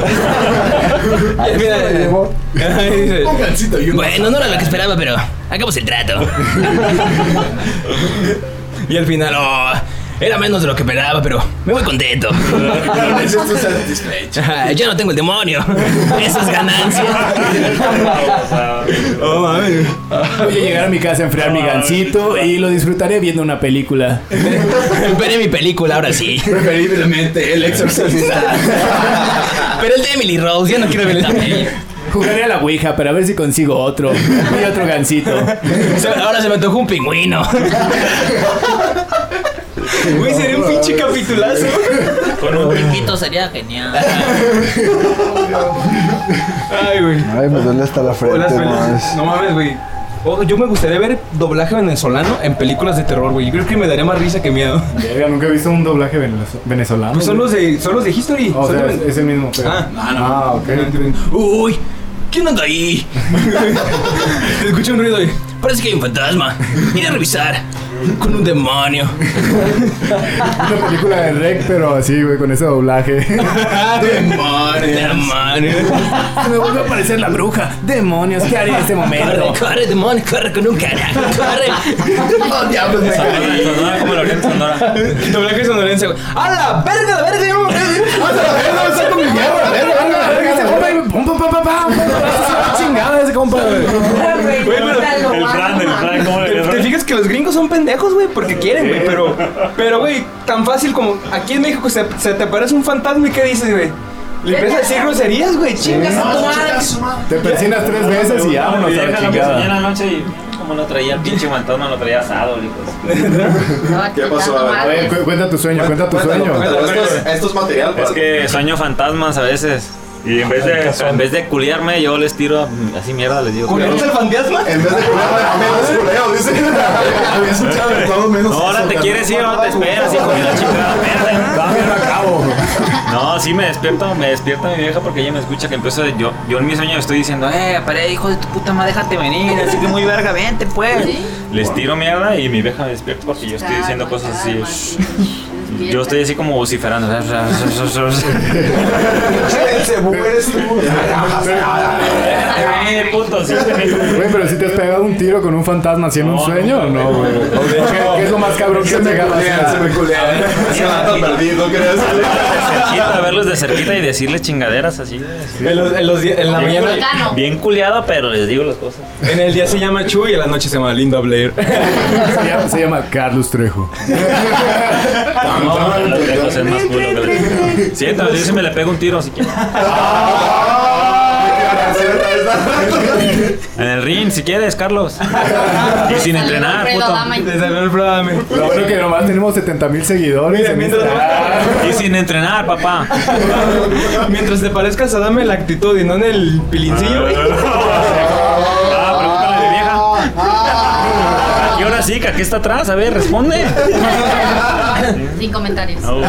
S2: Ahí se
S1: Mira, eh,
S2: lo llevó.
S1: Ahí dice,
S9: Un gancito y un
S10: Bueno, no era lo que esperaba, pero hagamos el trato.
S1: Y al final,
S10: No, oh, era menos de lo que esperaba, pero me voy contento.
S9: Esto está satisfecho.
S10: Ah, Ya no tengo el demonio. Esas ganancias.
S1: oh, mami.
S5: Voy a llegar a mi casa a enfriar mi gancito y lo disfrutaré viendo una película.
S10: Veré mi película ahora sí.
S9: Preferiblemente el exorcista.
S10: Pero el de Emily Rose, ya no quiero ver el también.
S5: Jugaré a la Ouija para ver si consigo otro y otro gancito.
S10: Se- Ahora se me antojó un pingüino.
S1: Güey, sería un pinche capitulazo.
S5: Con un
S4: Chiquito sería genial.
S1: Ay, güey.
S2: Ay, me duele hasta la
S1: O las
S2: frente,
S1: pelis-
S2: más.
S1: No mames, güey. Oh, yo me gustaría ver doblaje venezolano en películas de terror, güey. Yo creo que me daría más risa que miedo.
S3: Verga, nunca he visto un doblaje venezo- venezolano.
S1: Pues son los de, son los de History.
S3: O
S1: son
S3: sea,
S1: de-
S3: es, es el mismo, pero.
S1: Ah.
S3: Ah, ok.
S10: Uy, ¿quién anda ahí?
S1: Te escuché un ruido ahí.
S10: Parece que hay un fantasma. Iré a revisar. Con un demonio.
S3: Una película de rec, pero así, güey, con ese doblaje.
S10: Demonio.
S5: Me vuelve a aparecer la bruja. Demonios, ¿qué haré en este
S10: Corre,
S5: momento?
S10: corre, demonio, corre con un carajo. Corre.
S9: No, diablos, me caí.
S5: Sonora como la oriente sonora.
S1: Doblaje sonorense, güey. ¡A la verga, la verga! yo-
S5: pero
S8: Güey, pero
S5: el Fran, el Fran, ¿cómo
S1: ¿Te,
S5: le-
S1: te fijas que los gringos son pendejos, güey, porque quieren, güey, pero, pero, güey, tan fácil como aquí en México se, se te aparece un fantasma y ¿qué dices, güey? Le empiezas a decir groserías, güey, chingas.
S8: Chingas a tu madre.
S3: Te persinas tres veces y vámonos a la
S5: Déjalo que se llena
S3: chingada.
S5: la noche y- como lo traía el pinche guantón, no lo traía asado, hijo.
S4: ¿Qué pasó? A ver,
S3: A ver, Eh, cu- cuenta tu sueño, cuenta tu
S6: Cuéntalo,
S3: sueño.
S6: cuéntalo, Esto es, esto es material.
S5: Es
S6: para-
S5: que sueño fantasmas a veces. Y en vez de, en vez de culiarme, yo les tiro así mierda, les digo.
S6: ¿Culeamos el fantasma? En vez de culeo, menos culeo, dice. Había escuchado de todo menos.
S5: No, ahora
S6: eso,
S5: te
S6: carnal.
S5: quieres ir, ahora te esperas, hijo de la chingada verde. No, sí me despierto, me despierta mi vieja porque ella me escucha que empiezo de- yo, yo en mi sueño estoy diciendo, eh, paré, hijo de tu puta madre, déjate venir, así que muy verga, vente pues.
S4: Sí. Ah, pues,
S5: Les tiro mierda y mi vieja me despierta porque yo estoy diciendo cosas así. shh. Yo estoy así como vociferando.
S2: Ese búho eres tú.
S5: Déjate venir, puto, sí, te vengo.
S3: Güey, pero si te has pegado un tiro con un fantasma haciendo
S5: No,
S3: un sueño o no,
S5: no,
S3: güey. ¿Qué, qué es lo más cabrón que
S6: Se
S3: has
S6: me
S3: pegado?
S6: culean, se me culean. Se me anda perdido, ¿crees?
S5: de cerquita, verlos de cerquita y decirles chingaderas así.
S1: En, los- en los di- en la
S5: Bien,
S1: mañana,
S5: culi- bien culiado, pero les digo las cosas.
S1: en el día se llama Chu y en la noche se llama Linda Blair.
S3: Se llama, se llama Carlos Trejo.
S5: Ah, No, los lejos es más culo que los- Sí, entonces yo sí me le pego un tiro si quieres.
S6: Ah,
S5: En el ring, si quieres, Carlos. Y sin entrenar, puto.
S1: Te salió el programa.
S3: Lo bueno que nomás tenemos 70 mil seguidores.
S1: Mira,
S3: en
S1: mientras-
S3: Instagram.
S5: Y sin entrenar, papá.
S1: Mientras te parezcas a dame la actitud y no en el pilincillo.
S5: Ah, pregúntale a mi vieja. ¿Qué hora sí? que ¿Aquí está atrás? A ver, responde.
S4: Sin comentarios.
S5: No.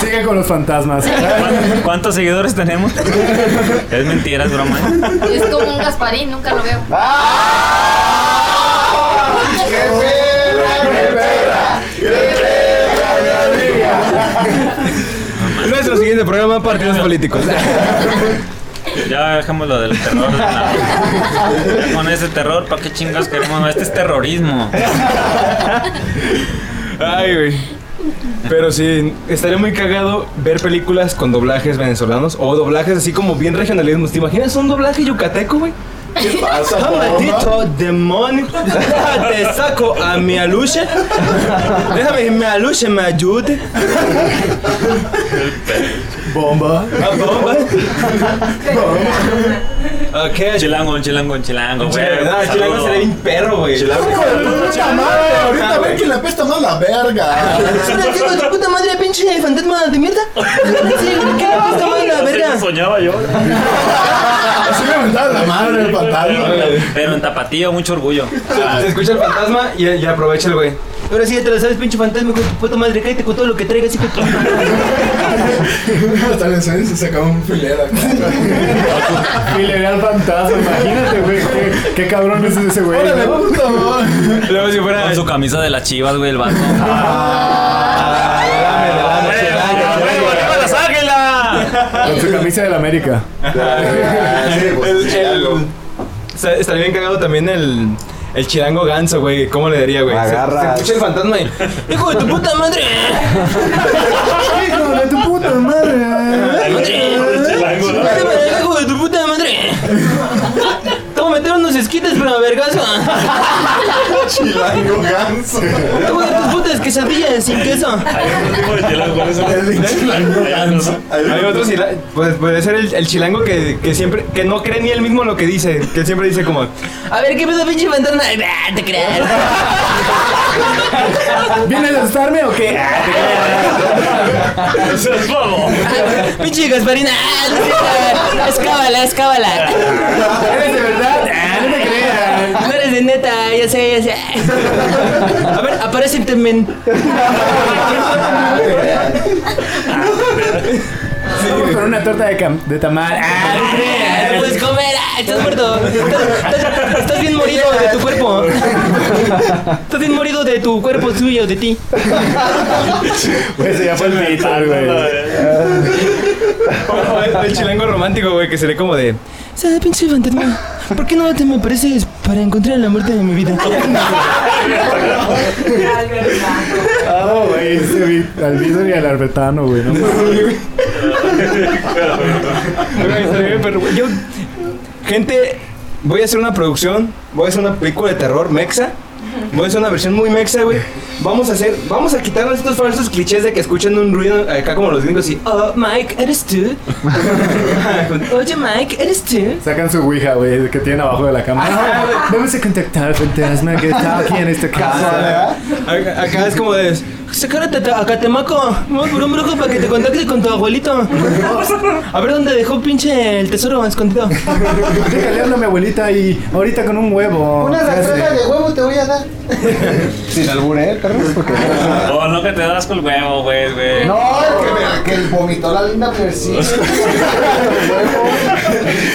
S3: Sigue con los fantasmas.
S5: ¿Cuán- ¿Cuántos seguidores tenemos? Es mentira, es broma.
S4: Es como un Gasparín, nunca lo veo.
S1: Nuestro siguiente programa, partidos políticos.
S5: Ya dejamos lo del terror. de lado. Ya con ese terror, ¿para qué chingados queremos? Este es terrorismo.
S1: Ay, güey. Pero sí, estaría muy cagado ver películas con doblajes venezolanos o doblajes así como bien regionalismos. ¿Te imaginas un doblaje yucateco, güey? Ah,
S6: ¿Qué pasa, bomba?
S1: Maldito demonio, te saco a mi aluche. Déjame que mi aluche me ayude.
S3: Bomba.
S1: A Ah, bomba. Ok,
S5: Chilango, un chilango, un chilango. güey.
S1: No,
S5: Saludo.
S1: Chilango sería bien perro, güey.
S6: Hijo de puta madre, ahorita ven que le apesta más la verga.
S2: tu puta madre, pinche fantasma de mierda? ¿Qué la
S5: Eso soñaba yo.
S6: Así me aventaba la madre el fantasma.
S5: Pero en tapatío, mucho orgullo.
S1: Se escucha el fantasma y, y aprovecha el güey.
S2: Ahora sí ya te la sabes, pinche fantasma, con tu puta madre, cállate con todo lo que traigas, hijo de tu
S9: Hasta el sueño se sacaba un filera.
S3: Y le ve al fantasma. Imagínate, güey. Qué, qué cabrón es ese güey. ¿no?
S1: Luego si fuera.
S5: Con su camisa de las chivas, güey, el vato.
S1: Ah,
S5: las águilas!
S3: Con su camisa del América.
S2: Ah,
S1: El- el- o sea, estaría bien cagado también el. El chilango ganso, güey, ¿cómo le diría, güey? Se- Se,
S2: Agarra.
S1: escucha el fantasma y. ¡Hijo de tu puta madre!
S3: Hijo de tu puta madre.
S2: ¡Hijo de tu puta madre! Te voy a meter unos esquites para vergazo.
S6: Chilango ganso.
S2: Te voy a dar tus putas quesadillas sin queso.
S1: Hay otro chila- pues puede ser el, el chilango que, que siempre, que no cree ni él mismo lo que dice, que siempre dice como,
S2: A ver, ¿qué pedo, pinche fantasma? Ah, te creas.
S3: ¿Vienes a asustarme o qué?
S5: Oh,
S2: Pinche Gasparina. Ah, es cábala, es cábala.
S3: ¿Eres de verdad? Ah, No te creas.
S2: No eres de neta, ya sé, ya sé. A ver, aparecente, men.
S3: Vamos con una torta de, cam- de tamal. Ah, no creas.
S2: No puedes comer, ah, estás muerto. Estás, estás- estás bien morido de tu cuerpo. Estás bien morido de tu cuerpo suyo, de ti.
S3: Güey, ese ya fue el militar, güey.
S1: el, el chilango romántico, güey, que sería como de,
S2: ¿Sabes, pinche fantasma? ¿Por qué no te me apareces para encontrar la muerte de mi vida?
S3: Ah, güey, ese vi- al Vidor y al Arbetano, güey. ¿no?
S1: Güey, estaría bien, pero, güey, yo, gente, voy a hacer una producción, voy a hacer una película de terror mexa, voy a hacer una versión muy mexa, güey, Vamos a hacer, vamos a quitarnos estos falsos clichés de que escuchan un ruido acá como los gringos y oh Mike, eres tú. Oye Mike, eres tú.
S3: Sacan su Ouija, güey, el que tienen abajo de la cama. Ah, Vamos a contactar al fantasma que está aquí en esta
S9: Ah,
S3: casa.
S1: Acá, acá es como de Sacárate a Catemaco, vamos por un brujo para que te contacte con tu abuelito. A ver dónde dejó pinche el tesoro escondido.
S3: Déjale habla a mi abuelita y ahorita con un huevo.
S2: Una sacada de huevo te voy a dar. Sin albur, ¿eh, Carlos? Porque...
S5: O no que te das con el huevo, güey, güey.
S2: No, el que, me- que vomitó la linda persona.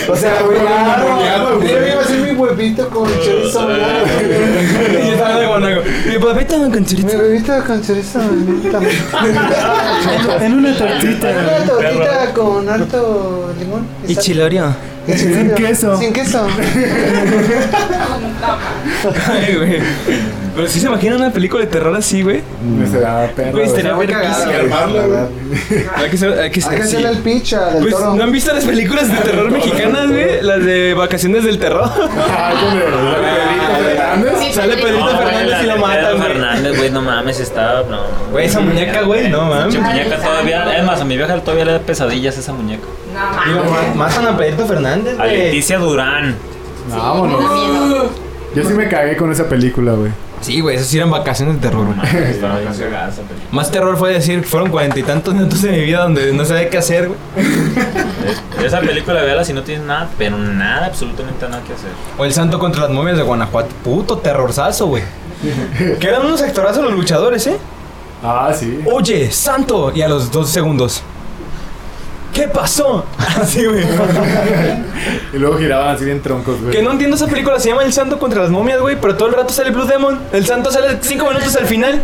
S2: o sea, güey, claro. Yo iba a hacer mi huevito con chorizo. hablado,
S1: Y yo estaba de guanaco. pues, Mi papito con chorizo.
S2: Mi huevito con chorizo. hablado.
S3: En una tortita.
S2: Ah, Una tortita con harto limón.
S1: Y
S2: sal.
S1: chilorio.
S2: Y
S3: Sin
S2: chile.
S3: queso.
S2: Sin queso.
S1: Ay, güey. Pero si se imaginan una película de terror así, güey.
S3: Me será perro.
S1: Güey, estaría
S2: muy
S1: verguísima.
S2: cagado,
S7: armarla, güey.
S1: Hay que ser, hay que
S2: Hay
S1: ser
S2: que
S1: así.
S2: hacerle el picha del
S1: Pues,
S2: toro. Eh,
S1: ¿no han visto las películas de terror mexicanas, güey? Las de vacaciones del terror.
S3: Ah, con el- Pedrito Fernández.
S4: Sí,
S1: Sale Pedrito
S4: Pedrito.
S5: No, güey,
S1: Fernández
S5: la
S1: y
S5: de
S1: lo matan,
S5: Pedro
S1: güey.
S5: Fernández, güey, no mames, está. No.
S1: Güey, esa muñeca, güey, no mames.
S5: Su muñeca todavía. Es más, a mi vieja todavía le da pesadillas esa muñeca.
S8: No,
S1: Y
S4: Ah,
S1: lo ma- matan a Pedrito Fernández,
S5: A
S1: güey.
S5: Leticia Durán.
S3: Vámonos. Yo sí me cagué con esa película, güey.
S1: Sí, güey, esas sí eran vacaciones de terror, güey.
S5: Está bien cagada esa película.
S1: Más terror fue decir, fueron cuarenta y tantos minutos de mi vida donde no sabía qué hacer, güey.
S5: Eh, Esa película, véala si no tienes nada, pero nada, absolutamente nada que hacer.
S1: O el santo contra las momias de Guanajuato. Puto terrorzazo, güey. que eran unos actorazos los luchadores, ¿eh?
S3: Ah, sí.
S1: Oye, santo. Y a los dos segundos. ¿Qué pasó? Así, güey.
S3: Y luego giraban así bien troncos, güey.
S1: Que no entiendo esa película, se llama El Santo contra las momias, güey, pero todo el rato sale Blue Demon. El Santo sale cinco minutos al final.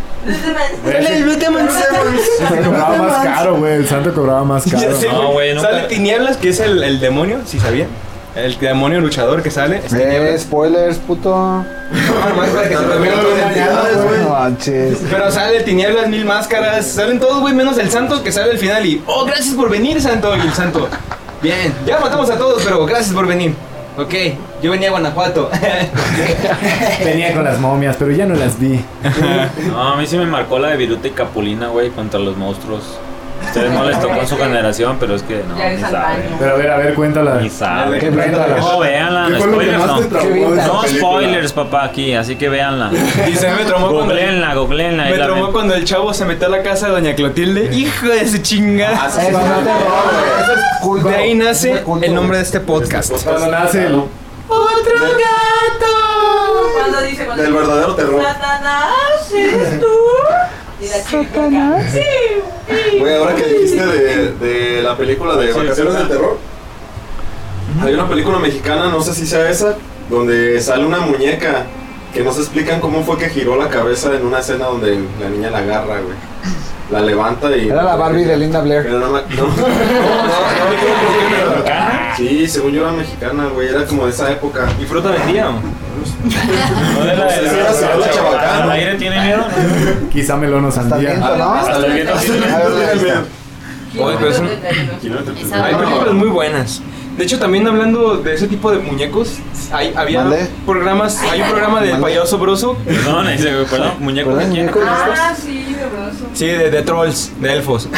S1: Sale el Blue Demon.
S3: Se cobraba más caro, güey. El santo cobraba más
S1: Ya
S3: caro.
S1: sé,
S5: no, güey, nunca-
S1: Sale Tinieblas, que es el, el demonio, si sabían. El demonio luchador que sale. es
S2: Eh,
S1: Tinieblas.
S2: spoilers, puto.
S1: Nomás para que se termine todo el día.
S2: No manches.
S1: Pero sale Tinieblas, Mil Máscaras, salen todos, güey, menos el Santo que sale al final y... ¡Oh, gracias por venir, Santo! Y el Santo... Bien, ya matamos a todos, pero gracias por venir. Ok, yo venía a Guanajuato.
S3: Venía con las momias, pero ya no las vi.
S5: No, a mí sí me marcó la de Viruta y Capulina, güey, contra los monstruos. Ustedes no les tocó en su generación, pero es que no,
S8: Ya
S5: ni
S8: eres al
S5: saben.
S8: baño.
S3: Pero a ver, a ver, cuéntala.
S5: Ni saben.
S2: Qué plata.
S5: No,
S6: ¿Qué
S5: véanla,
S6: fue lo que
S5: spoilers
S6: más te
S5: no.
S6: traumó de esa
S5: No
S6: película?
S5: spoilers, papá, aquí, así que véanla.
S1: y se me tromó cuando...
S5: Googleenla, googleenla. ahí
S1: Me
S5: la
S1: tromó
S5: ven.
S1: cuando el chavo se metió a la casa de Doña Clotilde. ¡Hijo de su chingada!
S2: Eso es Eso es culto.
S1: De ahí
S2: Eso
S1: nace
S2: es culto.
S1: el nombre de este podcast.
S3: Cuando nace el...
S1: ¡Otro gato!
S8: Cuando dice cuando
S6: Del
S8: dice,
S6: verdadero terror.
S8: Satanás, ¿eres tú? Y la chica, Sí, sí.
S6: Güey, ahora que dijiste de, de la película de Vacaciones del Terror, hay una película mexicana, no sé si sea esa, donde sale una muñeca que nos explican cómo fue que giró la cabeza en una escena donde la niña la agarra, güey. La levanta y.
S2: Era la Barbie de Linda Blair.
S6: Pero no, me- no, no, no, no, me acuerdo por qué era. Sí, según yo era mexicana, güey, era como de esa época.
S1: ¿Y fruta vendía?
S5: No, de la-
S6: No sé si era
S5: de la
S6: Chabacano.
S5: Chabacano. ¿El aire tiene miedo?
S3: Quizá melón o
S2: Está bien,
S3: sandía.
S7: Ah,
S2: ¿no?
S5: Hasta el viento tiene miedo.
S2: A ver, ahí está.
S1: Oye, pero es un- Hay películas muy buenas. De hecho, también hablando de ese tipo de muñecos, hay, había
S2: Mande.
S1: programas, hay un programa de
S2: Mande.
S1: payaso broso,
S5: Perdón, ese, güey, perdón, muñeco
S2: ¿Verdad,
S5: de quién?
S2: muñeco?
S8: Ah, sí, de verdad.
S1: sí, de, de trolls, de elfos.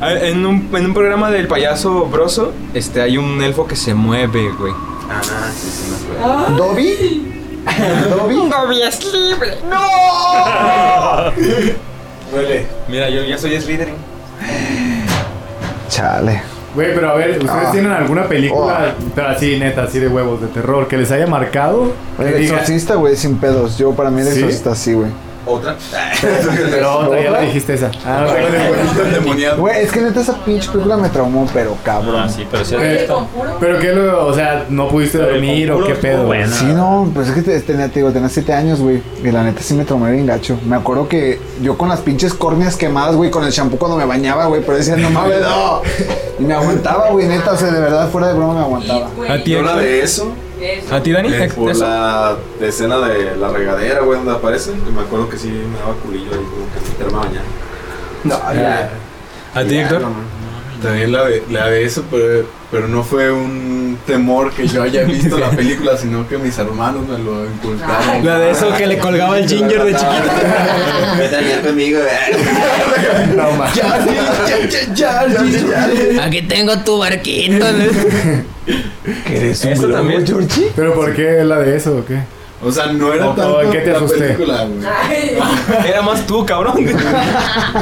S1: Ah, en, un, en un programa del payaso broso, este, hay un elfo que se mueve, güey.
S6: Ah, sí, sí, me acuerdo.
S2: ¿Dobby? ¿Dobby?
S1: ¡Dobby es libre! ¡No! Duele. Mira, yo ya soy Slytherin.
S2: Chale.
S3: Güey, pero a ver, ¿ustedes
S2: Ah.
S3: tienen alguna película, pero así, neta, así de huevos, de terror, que les haya marcado? Que
S2: El
S3: diga-
S2: exorcista, güey, sin pedos. Yo, para mí, el
S3: ¿Sí?
S2: exorcista sí, güey.
S6: Otra.
S3: Pero otra, ya
S2: ¿Otra?
S3: la dijiste esa. Ah,
S6: Con el
S3: ok.
S6: güerito endemoniado.
S2: Güey, es que neta esa pinche película me traumó, pero cabrón.
S5: Ah, sí, pero sí.
S3: Eh, Pero que lo, o sea, no pudiste dormir o qué pedo.
S5: Bueno.
S2: Sí, no, pues es que te- tenía, te digo, tenía 7 años, güey. Y la neta sí me traumé bien gacho. Me acuerdo que yo con las pinches córneas quemadas, güey, con el shampoo cuando me bañaba, güey, pero decía, no mames, no. Y me aguantaba, güey, neta, o sea, de verdad, fuera de broma me aguantaba.
S1: ¿A ti,
S6: ¿No la
S1: Héctor?
S6: de eso?
S1: ¿A ti, Dani?
S6: Eh, por
S1: Eso.
S6: la escena de la regadera, güey, donde aparece. que Me acuerdo que sí me daba culillo ahí como que meterme a bañar.
S2: No, ya.
S1: ¿A ti, Héctor?
S6: No,
S7: También la de, la de eso, pero, pero no fue un temor que yo haya visto la película, sino que mis hermanos me lo inculcaron.
S1: La de eso que le colgaba Ah, el ginger de chiquito.
S9: Vete a liar conmigo,
S3: No, ma.
S9: Ya, sí, ya, ya, ya, sí, ya, ya.
S10: Aquí tengo tu barquito.
S2: ¿Eres un
S1: ¿Eso
S2: globo,
S1: también?
S2: Georgie?
S3: ¿Pero por qué la de eso o qué?
S7: O sea, no era
S3: No,
S7: tanto
S3: ¿en qué te
S7: la
S3: asusté?
S7: película, güey.
S1: Era más tú, cabrón.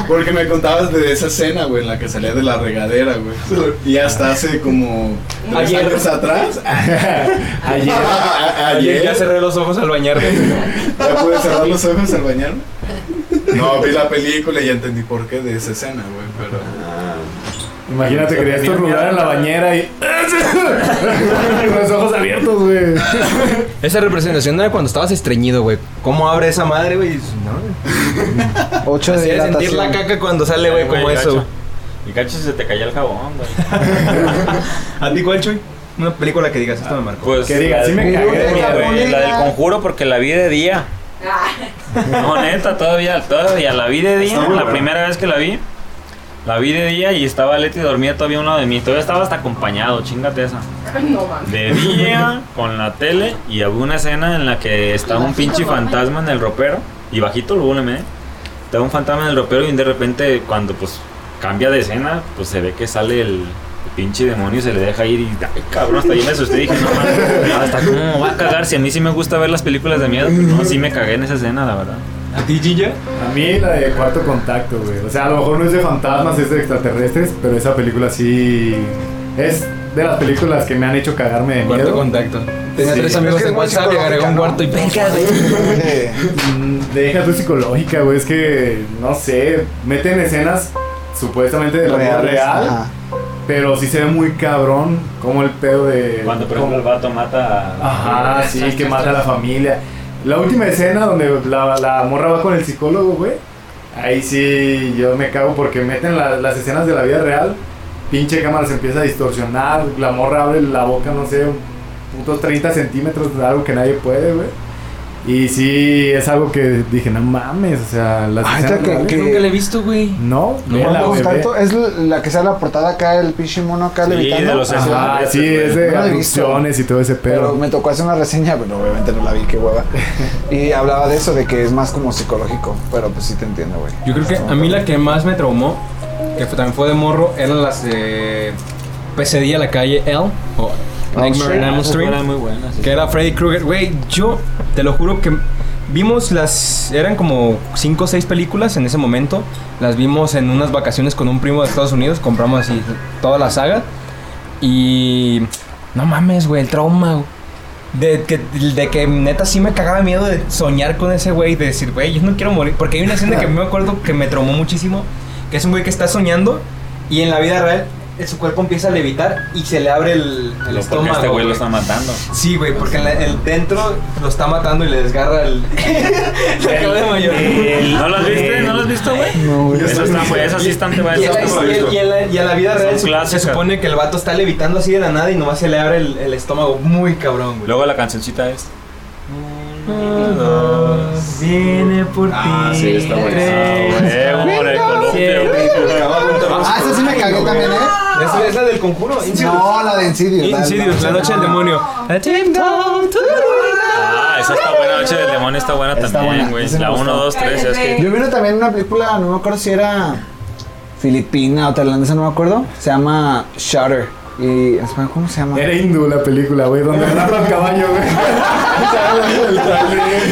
S7: Porque me contabas de esa escena, güey, en la que salía de la regadera, güey. Y hasta hace como tres
S1: Ayer.
S7: años atrás.
S3: Ayer.
S7: a-
S1: Ayer ya cerré los ojos al bañarme.
S7: ¿Ya pude cerrar los ojos al bañarme? No, vi la película y ya entendí por qué de esa escena, güey, pero...
S3: Imagínate, querías estornudar en la bañera y. Con los ojos abiertos, güey.
S1: Esa representación era cuando estabas estreñido, güey. ¿Cómo abre esa madre, güey? No.
S2: Ocho de
S1: Hacía sentir
S2: dilatación.
S1: la caca cuando sale, güey, como
S5: Güey,
S1: eso.
S5: gacho. Y cacho se te cayó el jabón, güey.
S1: ¿A ti cuál, Chuy? Una película que digas, esto me marcó.
S5: Pues.
S3: Que diga,
S5: la
S3: sí me
S5: del-
S3: cagué,
S5: güey,
S3: güey.
S5: La del conjuro porque la vi de día. No, neta, todavía, todavía la vi de día.
S7: Está muy
S5: la
S7: buena.
S5: primera vez que la vi, la vi de día y estaba Leti dormida todavía a un lado de mí. Todavía estaba hasta acompañado, chingate esa.
S8: No mames.
S5: De día, con la tele y había una escena en la que estaba un pinche fantasma en el ropero y bajito el volumen, ¿eh? Estaba un fantasma en el ropero y de repente cuando pues cambia de escena, pues se ve que sale el pinche demonio se le deja ir y ay, cabrón hasta yo me asusté dije no mames hasta cómo va a cagar si a mí sí me gusta ver las películas de miedo pero no sí me cagué en esa escena la verdad
S1: ¿A ti, Ginger?
S3: A mí la de cuarto contacto, güey. O sea, a lo mejor no es de fantasmas, es de extraterrestres, pero esa película sí. Es de las películas que me han hecho cagarme de
S1: Cuarto
S3: miedo.
S1: contacto. Tenía
S3: Sí.
S1: tres amigos
S2: Es que
S1: en
S2: es muy
S1: WhatsApp y agregó un
S2: psicológica,
S1: cuarto y verga, güey.
S2: Eh,
S3: Mm, Deja tu psicológica, güey. Es que, no sé, meten escenas supuestamente de la vida
S2: reales,
S3: real,
S2: ajá.
S3: pero sí se ve muy cabrón como el pedo de.
S5: cuando por ejemplo el vato mata a-
S3: Ajá, sí, que mata a la familia. La última escena donde la, la morra va con el psicólogo, güey. Ahí sí yo me cago porque meten la- las escenas de la vida real. Pinche cámara se empieza a distorsionar. La morra abre la boca, no sé, un- putos 30 centímetros de algo que nadie puede, güey. Y sí, es algo que dije, no mames, o sea, las
S2: Ah,
S3: escenas
S2: esta que-
S3: reales-
S2: que-
S1: Nunca la he visto, güey.
S3: No,
S1: No,
S3: vela,
S2: Cuarto
S3: güey, ve.
S2: contacto pues, es la que sale a la portada acá, el pinche mono acá
S5: Sí,
S2: levitando.
S5: de los
S2: Ajá.
S5: esos.
S3: Ajá, sí, es de
S2: No la he visto.
S3: abducciones y todo ese pedo.
S2: Pero me tocó hacer una reseña, pero obviamente no la vi, qué hueva. Y hablaba de eso, de que es más como psicológico, pero pues sí te entiendo, güey.
S1: Yo creo que a mí la que más me traumó, que fue- también fue de morro, eran las de Pesadilla a la calle L o Nightmare
S2: Street.
S1: on Elm
S5: Esa
S1: Street,
S5: escuela es muy buena sí.
S1: que era Freddy Krueger. Güey, yo te lo juro que vimos las. Eran como 5 o 6 películas en ese momento. Las vimos en unas vacaciones con un primo de Estados Unidos, compramos así toda la saga. Y. No mames, güey, el trauma, güey. De que, de que neta sí me cagaba miedo de soñar con ese güey, de decir, güey, yo no quiero morir. Porque hay una escena que a mí me acuerdo que me traumó muchísimo, que es un güey que está soñando y en la vida real eh, su cuerpo empieza a levitar y se le abre el, el
S5: Lo- porque
S1: estómago.
S5: este güey
S1: güey.
S5: lo está matando
S1: Sí, güey, porque en la- el dentro lo está matando y le desgarra el... la cabeza de mayor.
S5: ¿no las viste? eh? ¿no las viste güey?
S2: No, güey.
S5: Esas están- güey, esas sí están te voy a
S1: Y en,
S5: decir,
S1: la,
S5: están-
S1: y en- y en la- y en la vida
S5: Son
S1: real se- se
S5: clásicas.
S1: supone que el vato está levitando así de la nada y nomás se le abre el, el estómago muy cabrón, güey.
S5: Luego la cancioncita es.
S1: Viene por
S9: Ah, sí, está buenísimo,
S2: Ah, esa sí me cagué también, ¿eh?
S1: Es, es la del conjuro, Insidious.
S2: No, la de Insidious. la-
S1: Insidious, la noche del demonio.
S5: Ah, esa está buena. Noche del demonio está buena
S2: Está
S5: también,
S2: buena,
S5: güey.
S2: esa me
S5: La
S2: gustó.
S5: 1, 2, 3. Es que.
S2: Yo vi una- también una película, no me acuerdo si era filipina o tailandesa, no me acuerdo. Se llama Shutter. Y, en español, ¿cómo se llama?
S3: Era hindú la película, güey, donde hablaba el caballo, güey.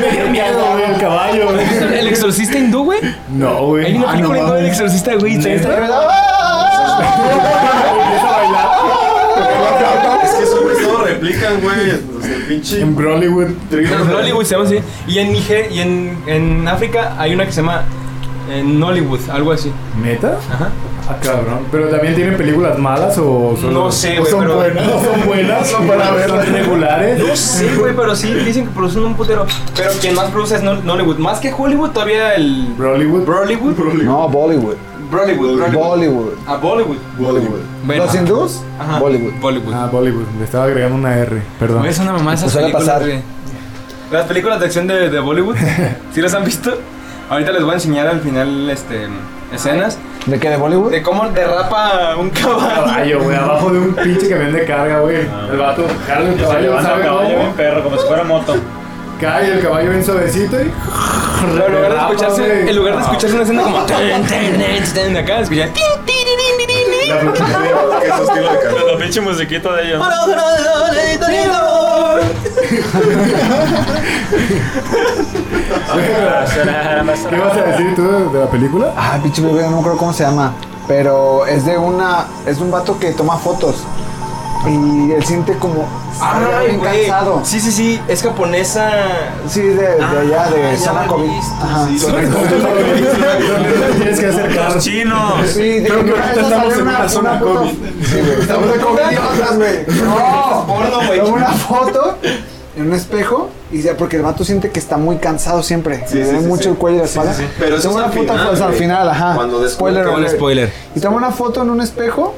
S3: Me dio miedo, güey, el caballo, güey.
S1: ¿El exorcista hindú, güey?
S3: No, güey.
S1: Hay una
S3: Ah, no
S1: película hindú del
S3: mames.
S1: exorcista, güey. ¿sabes?
S3: Neta.
S7: Es que esos güeyes todo replican, güey. O sea, el pinche
S3: En Brolywood.
S7: thriller
S1: En
S7: de-
S1: Hollywood se llama así. Y en Niger, y en, en África hay una que se llama eh, Nollywood, algo así.
S3: ¿Meta?
S1: Ajá.
S3: Ah, cabrón. Pero también tienen películas malas o son.
S1: No sé,
S3: o
S1: güey,
S3: Son
S1: pero-
S3: buenas, o son buenas. Son para ver las regulares.
S1: No sé, güey, pero sí dicen que producen un putero. Pero quien más produce es Nol- Nollywood. Más que Hollywood, todavía el.
S3: Brolywood.
S1: Brolywood.
S2: No, Bollywood.
S1: Brolywood, Brolywood.
S2: Bollywood.
S1: A Ah, Bollywood.
S2: Bollywood.
S1: Bueno.
S2: ¿Los hindús?
S1: Ajá.
S2: Bollywood.
S1: Bollywood.
S3: Ah, Bollywood. Le estaba agregando una R, perdón.
S1: Güey, Es una mamá esas
S2: Suele
S1: películas,
S2: pasar.
S1: güey. Las películas de acción de, de Bollywood, ¿sí las han visto? Ahorita les voy a enseñar al final este, escenas
S2: ¿De qué? ¿De Bollywood?
S1: de cómo derrapa un caballo.
S3: Caballo, güey, abajo de un pinche camión de carga, güey. El vato carga el
S5: Yo se
S3: caballo,
S5: levanta el
S3: ¿sabe
S5: caballo bien
S3: cómo?
S5: perro, como si fuera moto.
S3: Cae el caballo bien suavecito y...
S1: Pero en lugar de
S3: derrapa,
S1: escucharse,
S3: güey.
S1: en lugar de
S3: Ah,
S1: escucharse una escena como ten, ten, ten, ten, acá, escuchar.
S3: la flotilla de-
S6: Que es estilo de carrera.
S5: La pinche musiquita de ellos.
S3: ¿Qué vas a decir tú de la película?
S2: Ah, pinche película, no me acuerdo cómo se llama. Pero es de una. Es de un vato que toma fotos. Y él siente como. "Ah,
S1: Ay,
S2: bien
S1: güey.
S2: cansado.
S1: Sí, sí, sí, es japonesa.
S2: Sí, de, de allá,
S1: ya la he
S2: de Salakovic.
S1: visto,
S2: Ajá. Sí,
S3: Tienes que acercar.
S5: Los chinos.
S2: de
S3: Pero
S2: que
S3: ahorita
S2: una vez
S3: estamos
S2: salió
S3: en
S2: una-
S3: una zona
S2: una foto-
S3: COVID.
S2: Sí, güey. Estamos de COVID, güey. No,
S1: Porno, güey.
S2: Toma una foto en un espejo y ya porque el vato siente que está muy cansado siempre.
S6: Sí,
S2: le
S6: sí,
S2: duele
S6: sí,
S2: mucho
S6: sí.
S2: el cuello y la espalda.
S6: sí, sí. Pero
S2: Toma
S6: eso es
S2: una
S6: al
S2: foto
S6: final,
S2: pues, al
S6: güey.
S2: final, ajá.
S6: Cuando descubre
S2: spoiler,
S6: que
S1: Un
S2: alert.
S1: spoiler.
S2: Y toma una foto en un espejo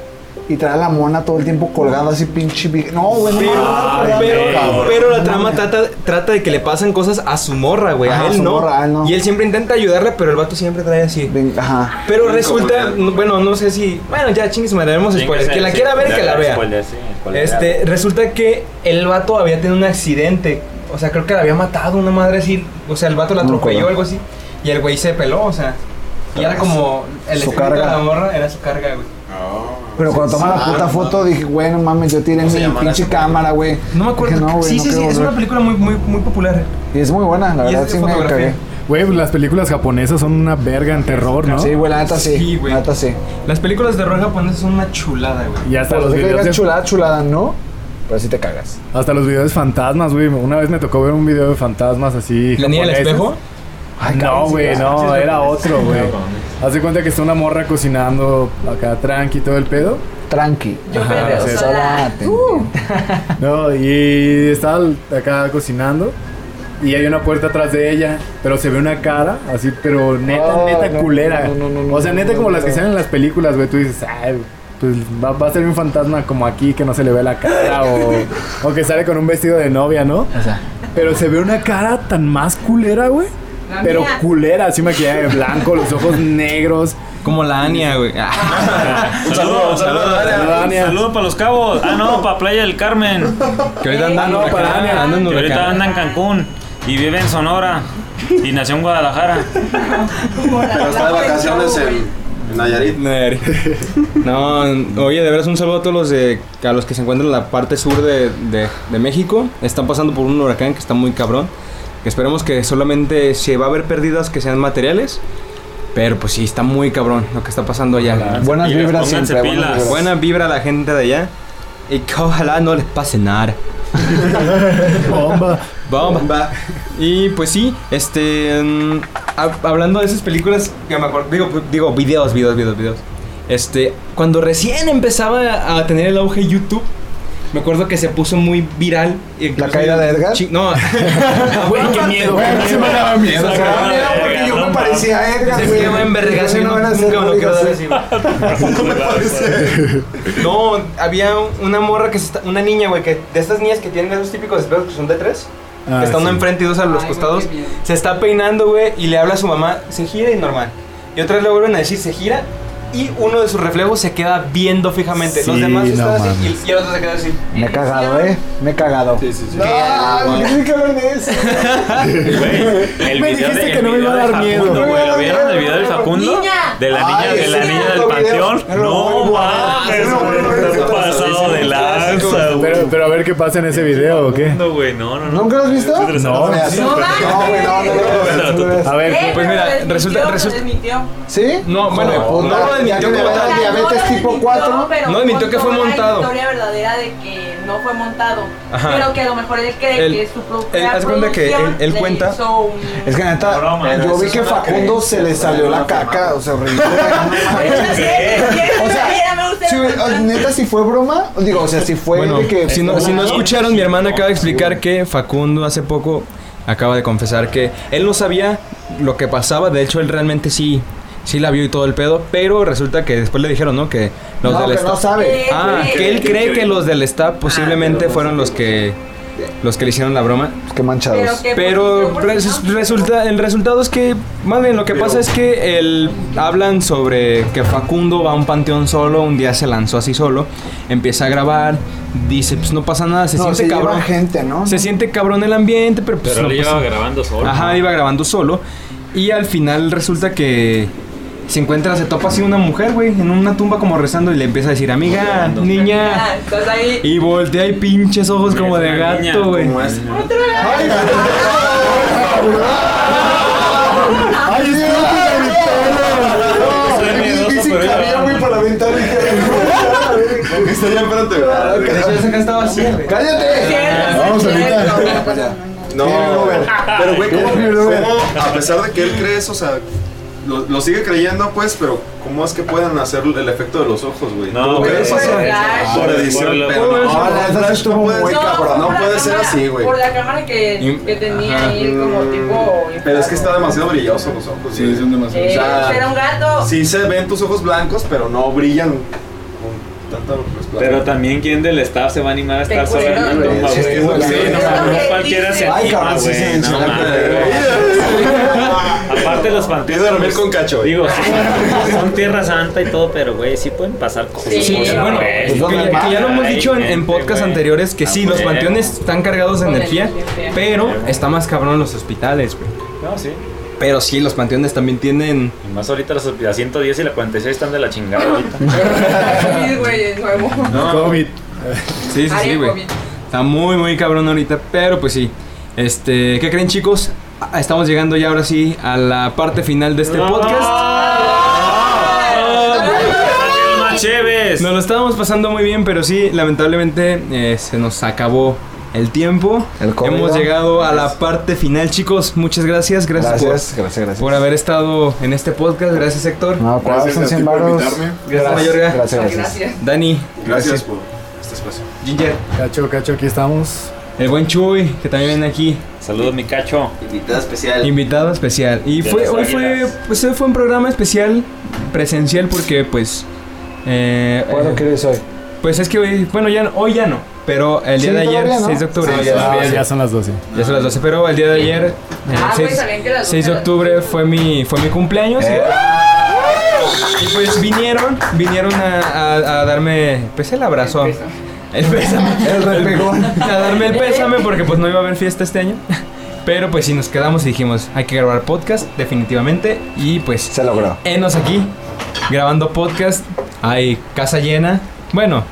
S2: y trae a la mona todo el tiempo colgada así pinche big- No, güey, no.
S1: Pero,
S2: no, no,
S1: pero,
S2: no, cabrón.
S1: pero la trama trata, trata de que le pasan cosas a su morra, güey. A,
S2: Ajá, a
S1: él
S2: su
S1: no.
S2: morra, a él no.
S1: Y él siempre intenta ayudarla, pero el vato siempre trae así.
S2: Ven, Ajá.
S1: Pero
S6: Bien
S1: resulta,
S6: común.
S1: bueno, no sé si. Bueno, ya chingues, me daremos spoilers. Pues, Que la
S5: Sí,
S1: quiera ver, que la
S5: sí,
S1: vea.
S5: spoiler, sí, spoiler.
S1: Este, resulta que el vato había tenido un accidente. O sea, creo que la había matado una madre así. O sea, el vato la
S2: No
S1: atropelló
S2: recuerdo.
S1: o algo así. Y el güey se peló, o sea. Y era como. El
S2: Su
S1: espíritu
S2: carga.
S1: de la morra era su carga, güey.
S2: Pero cuando toma la
S6: ah,
S2: puta foto dije, güey, no mames, yo tiré mi pinche cámara, güey.
S1: No me acuerdo.
S2: Dije, no, güey,
S1: sí,
S2: no
S1: sí, sí.
S2: quiero
S1: Es una
S2: volver".
S1: película muy, muy, muy popular.
S2: Y es muy buena, la
S1: Y
S2: verdad
S1: es de
S2: sí me
S1: fotografía.
S2: cagué.
S3: Güey, pues las películas japonesas son una verga en terror, ¿no?
S2: Sí, güey, la neta sí.
S1: Sí, güey.
S2: La neta sí.
S1: Las películas de terror japonesas son una chulada, güey.
S3: Y hasta
S2: Pero
S3: los
S2: no te
S3: videos
S2: digas
S3: de
S2: chulada, chulada, ¿no? Pero sí te cagas.
S3: Hasta los videos fantasmas, güey. Una vez me tocó ver un video de fantasmas así.
S1: ¿La niña del
S3: japoneses.
S1: espejo?
S3: no, güey, no, era otro, güey.
S5: cabrón.
S3: Hace cuenta que está una morra cocinando acá tranqui todo el pedo.
S2: Tranqui.
S4: Yo
S3: Ajá,
S4: perreo
S3: sí.
S4: sola.
S2: Ten-
S3: No, y está acá cocinando. Y hay una puerta atrás de ella, pero se ve una cara así, pero neta,
S2: Ah,
S3: neta
S2: no,
S3: culera.
S2: no, no, no, no,
S3: o sea, neta
S2: no,
S3: como
S2: no,
S3: las que
S2: no.
S3: salen en las películas, güey. Tú dices, ay, pues va, va a ser un fantasma como aquí que no se le ve la cara o, o que sale con un vestido de novia, ¿no? Pero se ve una cara tan más culera, güey.
S8: La
S3: Pero
S8: mía.
S3: culera, así maquillada de blanco, los ojos negros.
S1: Como la Ania, güey. Ah.
S5: Un saludo, un saludo,
S3: saludo,
S5: saludo,
S3: Dania.
S5: saludo para los cabos. Ah, no, para Playa del Carmen.
S1: Que ahorita andan
S3: no,
S1: huracán,
S3: para Ania.
S1: andan
S5: Que ahorita
S1: huracán.
S5: anda en Cancún y vive en Sonora y nació en Guadalajara.
S6: Pero está de vacaciones en, en Nayarit.
S1: Neri. No, oye, de veras un saludo a todos los de a los que se encuentran en la parte sur de, de- de México. Están pasando por un huracán que está muy cabrón. Esperemos que solamente se va a haber pérdidas que sean materiales. Pero pues sí, está muy cabrón lo que está pasando allá.
S2: Buenas
S5: Pilas,
S2: vibras
S5: pónganse
S2: siempre. buenas
S5: pilas.
S2: vibras.
S1: Buena vibra a la gente de allá. Y que ojalá no les pase nada.
S3: Bomba.
S1: Bomba. Y pues sí, este. mm, hab- hablando de esas películas, que me acuerdo. Digo, pu- digo, videos, videos, videos, videos. Este. Cuando recién empezaba a tener el auge YouTube. Me acuerdo que se puso muy viral. incluso-
S2: caída de Edgar?
S1: Chi- No,
S10: Güey, qué miedo.
S2: Güey,
S10: güey.
S2: sí me daba miedo.
S5: Esa
S2: Me daba
S5: cara
S2: miedo
S5: de
S2: porque
S5: verga,
S2: yo me
S5: no
S2: parecía a Edgar,
S1: se
S2: güey.
S1: llama en vergas,
S2: Yo
S1: yo
S2: no
S1: nunca
S2: era
S1: me
S2: ese
S1: lo quiero
S2: público,
S1: dar
S2: sí.
S1: así, güey. No, había una morra que se está- una niña, güey, que de estas niñas que tienen esos típicos espejos que son de tres,
S3: Ah,
S1: que está uno
S3: sí.
S1: enfrente y dos a los
S8: Ay, güey,
S1: costados,
S8: qué miedo.
S1: se está peinando, güey, y le habla a su mamá, se gira y normal. Y otra vez le vuelven a decir, se gira, y uno de sus reflejos se queda viendo fijamente. los
S3: Sí,
S1: demás
S3: no
S1: están así
S3: mames.
S1: y, y el otro se queda así.
S2: Me he cagado, eh. Me he cagado.
S6: Sí, sí, sí.
S2: No, no tiene que ver en eso.
S5: El
S3: Me
S5: video
S3: dijiste
S5: de-
S3: que
S5: el
S3: no me iba a
S5: video
S3: dar
S5: de
S3: miedo.
S5: Facundo,
S2: No me
S5: güey,
S2: iba a
S5: ¿Lo
S2: dar
S5: vieron el
S2: miedo.
S5: video del Facundo?
S8: Niña.
S5: De la niña,
S2: Ay,
S5: de la
S2: sí,
S5: niña del
S2: otro video.
S5: panteón.
S2: Era
S5: No,
S2: muy bueno.
S5: mames,
S2: Era muy
S5: güey.
S2: bueno.
S5: Está pasado de lanza, güey.
S3: Pero, pero a ver qué pasa en ese video o qué.
S5: No, güey, no, no, no.
S2: ¿Nunca lo has visto?
S5: No,
S2: No, güey, así-
S8: No,
S2: no, güey, no, no, no, no, no, no.
S3: A ver,
S8: Eh,
S1: Pues mira,
S8: pero
S1: resulta-
S8: desmintió,
S1: resulta-
S8: desmintió.
S2: ¿Sí?
S1: No, bueno,
S2: Hijo de puta,
S1: no lo admitió
S2: ya
S1: como
S2: me da
S1: tal.
S8: O sea, no
S2: diabetes tipo
S8: desmintió,
S2: 4.
S8: pero
S1: No admitió que fue
S8: contó
S1: montado.
S8: La historia verdadera de que no fue montado,
S1: Ajá.
S8: pero que a lo mejor él cree
S1: Él-
S8: que es su propia
S1: él- haz cuenta que
S8: producción,
S1: él- él
S8: le
S1: cuenta-
S8: hizo un-
S2: Es que neta,
S5: Broma,
S2: yo
S6: eso
S2: vi
S6: es
S2: que
S6: una
S2: Facundo se le salió la caca, o sea, ridícula. O sea, si, o- neta, si fue broma, digo, o sea, si fue
S1: Bueno,
S2: de que...
S1: si no, si no escucharon, mi hermana acaba de explicar que Facundo hace poco acaba de confesar que él no sabía lo que pasaba. De hecho, él realmente sí, sí la vio y todo el pedo. Pero resulta que después le dijeron, ¿no? Que los
S2: No,
S1: del
S2: que no
S1: staff.
S2: sabe.
S1: Ah, que él cree que los del staff posiblemente fueron los que los que le hicieron la broma.
S2: Qué manchados.
S1: Pero res- resulta, el resultado es que, más bien lo que pasa es que el, hablan sobre que Facundo va a un panteón solo, un día se lanzó así solo, empieza a grabar, dice pues no pasa nada, se
S2: No,
S1: siente
S2: se lleva
S1: cabrón.
S2: gente, ¿no?
S1: Se siente cabrón el ambiente, pero pues
S5: Pero
S1: no
S5: él
S1: pasa
S5: iba
S1: nada.
S5: grabando solo.
S1: Ajá, iba grabando solo. Y al final resulta que se encuentra, se topa así una mujer, güey, en una tumba como rezando y le empieza a decir, amiga, niña.
S8: Estás ahí.
S1: Y voltea y pinches ojos como de
S5: una niña,
S1: gato, güey.
S8: Otra vez.
S7: ¡Ay, estoy por la ventana
S6: Porque está allá enfrente, ¿verdad?
S1: estaba así,
S5: Pues,
S8: Cierto,
S7: Vamos
S8: cierto.
S7: ahorita.
S6: No, pero güey, ¿cómo,
S7: Bien, Robert.
S6: cómo, a pesar de que él cree eso, o sea, lo, lo sigue creyendo, pues, pero ¿cómo es que puedan hacer el efecto de los ojos, güey?
S5: No,
S6: Todo
S5: pero
S6: eso
S5: eso
S6: es
S8: flash.
S6: por
S5: Por
S6: edición,
S5: la-
S6: pero
S1: por
S6: no,
S1: eso.
S6: no,
S2: Ah, esa
S6: no
S2: estuvo
S6: puede-
S2: muy cabrona.
S6: No
S8: por
S6: puede
S8: la
S6: ser
S8: cámara-
S6: así, güey.
S8: Por la cámara que,
S1: Y-
S8: que tenía
S1: ajá.
S8: ahí como tipo.
S6: Pero es que está demasiado brilloso los ojos.
S7: Sí,
S6: güey.
S7: son demasiado.
S8: Eh,
S6: o sea,
S8: era un gato.
S6: Sí se ven tus ojos blancos, pero no brillan con tanta resplandor.
S5: Pero también, ¿quién del staff se va a animar a
S8: Te
S5: estar solo en
S8: culero,
S5: una
S8: güey.
S5: tumba,
S6: Sí,
S5: güey?
S6: es
S5: no,
S6: que sí,
S5: no,
S6: es
S8: lo
S5: no
S8: que
S5: cualquiera se
S8: dice.
S5: anima,
S2: Ay, cabrón, sí,
S5: güey.
S2: sí, sí,
S5: no,
S2: sí,
S5: mames, güey. Aparte, los
S6: Pido
S5: panteones.
S6: dormir con cacho. eh. güey.
S5: Digo, sí, son tierra santa y todo, pero, güey, sí pueden pasar cosas.
S4: Sí,
S5: oscuras,
S1: Sí, bueno,
S5: güey.
S1: que, que ya lo hemos dicho en, en podcast
S5: pues, güey.
S1: anteriores que sí,
S5: Ah,
S1: los
S5: güey.
S1: panteones están cargados de energía, pero está más cabrón los hospitales, güey.
S5: No, sí.
S1: Pero sí, los panteones también tienen...
S5: Y más ahorita las, la 110 y la 46 están de la chingada ahorita.
S8: Sí, güey, es nuevo.
S3: COVID.
S1: Sí, sí, sí,
S8: Área
S1: güey.
S8: COVID.
S1: Está muy, muy cabrón ahorita, pero pues sí. Este, ¿qué creen, chicos? Ah, Estamos llegando ya ahora sí a la parte final de este podcast.
S5: Ah. Chéves.
S1: Nos lo estábamos pasando muy bien, pero sí, lamentablemente eh, se nos acabó el tiempo.
S2: El COVID,
S1: Hemos
S2: ¿no?
S1: llegado a la parte final, chicos. Muchas gracias. Gracias, por-
S2: Gracias, gracias, gracias.
S1: por haber estado en este podcast. Gracias, Héctor.
S2: No, ¿cuál?
S7: Gracias
S2: Son
S7: a ti
S2: 100
S7: por
S2: varos.
S7: invitarme.
S1: Gracias,
S2: Gracias,
S1: Mayorga.
S2: gracias, gracias.
S8: Gracias.
S1: Dani,
S6: Gracias por este espacio.
S1: Ginger,
S3: Cacho, cacho, aquí estamos.
S1: el buen Chuy, que también viene aquí,
S5: Saludos, mi cacho.
S9: Invitada especial.
S1: invitado especial. Y
S5: De
S1: fue,
S5: las
S1: hoy fue,
S5: águilas.
S1: pues, hoy fue un programa especial, presencial, porque pues... eh,
S2: ¿Cuándo
S1: eh,
S2: quieres hoy?
S1: pues es que hoy, bueno, ya, no- hoy ya no, pero el día
S2: Sí,
S1: de ayer,
S2: todavía no.
S1: 6 de octubre,
S2: Sí,
S1: ya,
S3: Ya, ya son las 12.
S1: ya son las 12, pero el día de ayer, eh,
S8: Ah, güey,
S1: 6,
S8: sabían que las
S1: 6 de
S8: dos-
S1: octubre fue mi, fue mi cumpleaños. y-
S2: Eh.
S1: Y pues vinieron, vinieron a, a- a darme pues el abrazo.
S8: El pésame.
S1: El pésame.
S2: El repegón.
S1: A darme el pésame porque pues no iba a haber fiesta este año. Pero pues sí nos quedamos y dijimos, hay que grabar podcast definitivamente y pues
S2: Se logró.
S1: enos aquí grabando podcast. Hay casa llena. Bueno,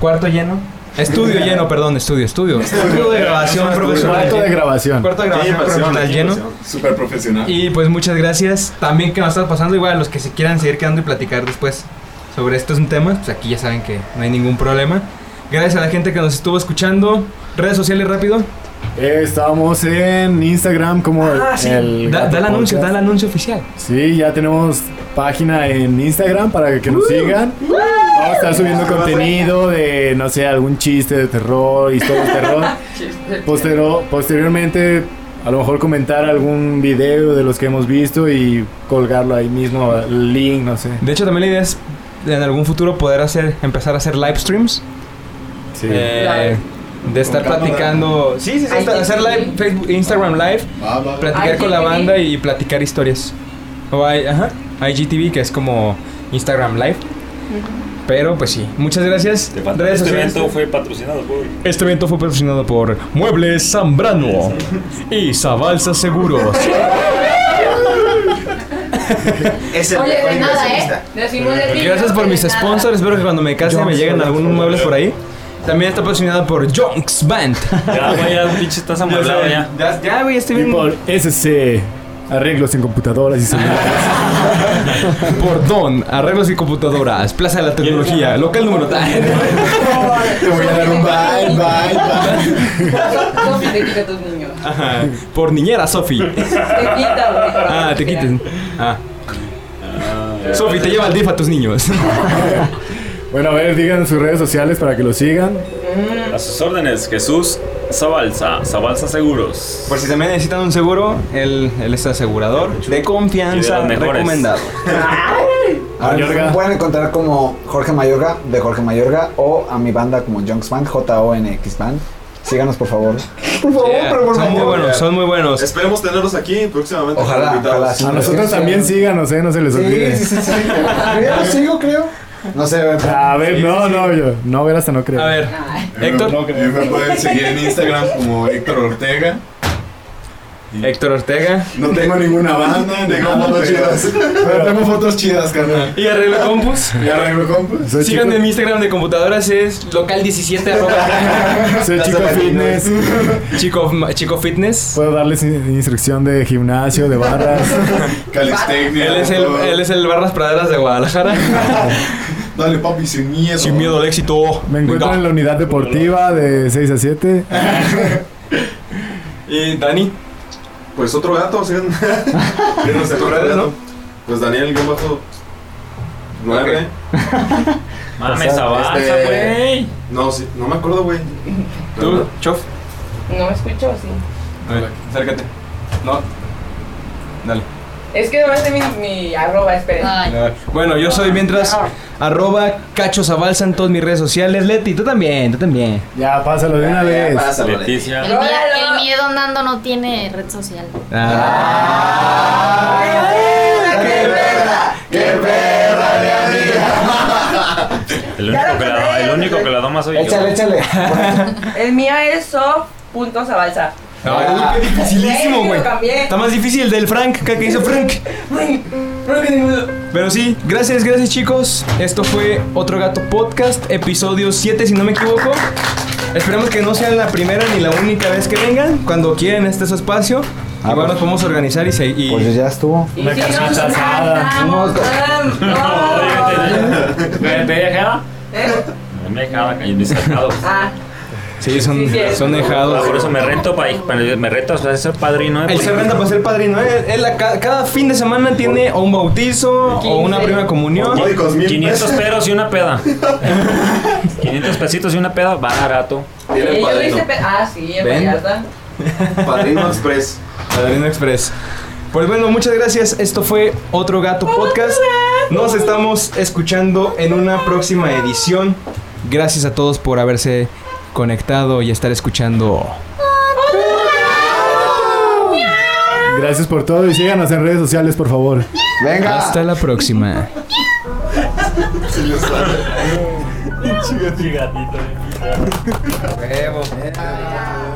S1: cuarto lleno. Estudio lleno, perdón, estudio, estudio. Estudio de grabación profesional.
S3: Cuarto de grabación.
S1: Cuarto de grabación
S6: pues,
S1: profesional lleno.
S7: Súper profesional.
S1: Y pues muchas gracias. También que nos estás pasando, igual a los que se quieran seguir quedando y platicar después sobre estos temas, pues aquí ya saben que no hay ningún problema. Gracias a la gente que nos estuvo escuchando. Redes sociales rápido.
S3: Eh, Estamos en Instagram como
S1: Ah,
S3: el- el.
S1: Da,
S3: Gato
S1: da el anuncio,
S3: Podcast.
S1: da el anuncio oficial.
S3: Sí, ya tenemos página en Instagram para que nos sigan. Vamos a estar subiendo contenido de, no sé, algún chiste de terror, historia de terror. Postero- posteriormente, a lo mejor comentar algún video de los que hemos visto y colgarlo ahí mismo, el link, no sé.
S1: De hecho, también la idea es en algún futuro poder hacer, empezar a hacer live streams.
S3: Sí.
S1: Eh, de estar
S7: Con cámara.
S1: platicando. Sí, sí, sí, hasta hacer live, Facebook, Instagram live,
S7: Va, va, va.
S1: platicar con la
S8: IGTV.
S1: banda y platicar historias. O hay, ajá, IGTV, que es como Instagram live. Pero pues sí, muchas gracias.
S5: Te falta-
S1: Redes
S5: Este
S1: sociales.
S5: evento fue patrocinado por.
S1: Este evento fue patrocinado por Muebles Zambrano y Zabalsa Seguros.
S9: Es
S4: Oye, de
S9: mejor
S4: nada,
S9: inversionista.
S8: Decimos de ti,
S1: Gracias
S8: no
S1: por mis
S8: tienes nada.
S1: sponsors. Espero que cuando me case me lleguen algunos muebles por ahí. También está patrocinado por Jonks Band.
S5: Ya, güey, ya, pinche, estás amueblado ya.
S1: Ya, ya, güey, estoy
S3: Y
S1: bien.
S3: por SC, este, arreglos en computadoras y celulares.
S1: Por Don, arreglos y computadoras, Plaza de la Tecnología, local número tal.
S7: Te voy a dar un bye, bye, bye. Ah.
S8: Sofi, te quita a tus niños.
S1: Ajá, Por niñera, Sofi.
S8: Te quita, güey.
S1: Ah, te quiten. Ah. Sofi, te lleva al DIF a tus niños.
S3: Bueno, a ver, digan sus redes sociales para que lo sigan.
S5: A sus órdenes, Jesús Zabalza, Zabalza Seguros.
S1: Por si también necesitan un seguro, él, él es asegurador de
S5: Y
S1: confianza
S5: de los mejores.
S1: recomendado.
S2: A mí
S3: Mayorga.
S2: me pueden encontrar como Jorge Mayorga, de Jorge Mayorga, o a mi banda como Junks Band, J-O-N-X Band. Síganos, por favor.
S6: Por favor,
S1: Yeah,
S6: pero por
S1: son muy
S6: favor.
S1: buenos, son muy buenos.
S6: Esperemos tenerlos aquí próximamente.
S2: Ojalá,
S6: como invitados.
S2: ojalá, sí.
S3: A nosotros también síganos, eh, no se les olvide.
S2: Sí, sí, sí. sí. Yo ya lo sigo, creo. No sé, pero-
S3: A ver, no, no, yo. No, ver hasta no creo.
S1: A ver, Héctor,
S3: No
S7: Eh,
S3: creo.
S7: Me pueden seguir en Instagram como Héctor Ortega.
S1: Héctor Ortega
S7: No tengo ninguna banda, tengo fotos chidas. Pero tengo fotos chidas, carnal.
S1: y Arreglo Compus.
S7: Ya arreglo compas.
S3: Soy chico,
S1: Síganme en mi Instagram de computadoras, es local17 arroba,
S3: soy chico fitness.
S1: chico, chico Fitness.
S3: Puedo darles in- instrucción de gimnasio, de barras.
S7: Calistecnia.
S1: Él es, el,
S7: todo.
S1: él es el Barras Praderas de Guadalajara.
S7: Dale, papi, sin miedo.
S1: Sin miedo al éxito.
S3: Me encuentro
S1: Venga.
S3: en la unidad deportiva de 6 a 7.
S1: Y Dani,
S6: Eh, Pues otro gato, ¿sí? Dinos el otro
S1: redes,
S6: gato.
S1: ¿no?
S6: Pues Daniel, guión bajo. 9.
S5: Mames, avanza,
S7: este-
S5: güey.
S6: No, sí, no me acuerdo, güey.
S1: tú, Chof,
S8: No me escucho así.
S1: a ver, acércate. No. Dale.
S8: Es que nomás sé mi, mi arroba, esperen.
S4: Ay,
S1: Bueno, yo soy mientras arroba Cacho Zabalza en todas mis redes sociales. Leti, tú también, tú también.
S3: Ya, pásalo de una vez.
S6: Pásalo.
S4: el,
S5: Leticia.
S4: miedo, el miedo andando no tiene red social.
S1: Ah.
S5: El único que la, el único que la doma soy yo.
S2: Échale, échale.
S8: El mío es sof.zabalza.
S1: No, es que dificilísimo,
S8: Güey,
S1: güey.
S8: lo cambié.
S1: Está más difícil del Frank, que que hizo Frank.
S8: Ay, no lo tengo.
S1: Pero sí, gracias, gracias chicos. Esto fue Otro Gato Podcast, episodio 7 si no me equivoco. Esperemos que no sea la primera ni la única vez que vengan. Cuando quieren este es su espacio. Igual
S2: pues-
S1: nos podemos organizar y, se, y-
S2: Pues ya estuvo.
S8: Y
S3: Una
S8: si nos
S3: casita asada.
S8: casamos, ah,
S5: Oye, ¿Te te dejaba?
S8: no. ¿Eh?
S5: Me dejaba que yo desacado.
S8: Ah,
S1: sí, son,
S8: sí, sí.
S1: son dejados.
S5: Ah, Por eso me reto para me reto a ser padrino. eh,
S1: Él se renta para ser padrino. ¿eh? Él a ca- cada fin de semana tiene o un bautizo o una primera comunión.
S6: Módicos mil
S5: 500
S6: pesos.
S5: peros y una peda. 500 pesitos y una peda, barato.
S8: y
S6: Tiene
S8: yo
S6: padrino.
S8: hice pe- ah, sí, en
S1: Ven.
S8: Vallarta.
S6: Padrino Express.
S1: Padrino Express. Pues bueno, muchas gracias. Esto fue Otro Gato Podcast. Nos estamos escuchando en una próxima edición. Gracias a todos por haberse conectado y estar escuchando.
S3: Gracias por todo y síganos en redes sociales, por favor.
S2: Venga.
S1: Hasta la próxima.
S5: Chigatito.
S2: Venga.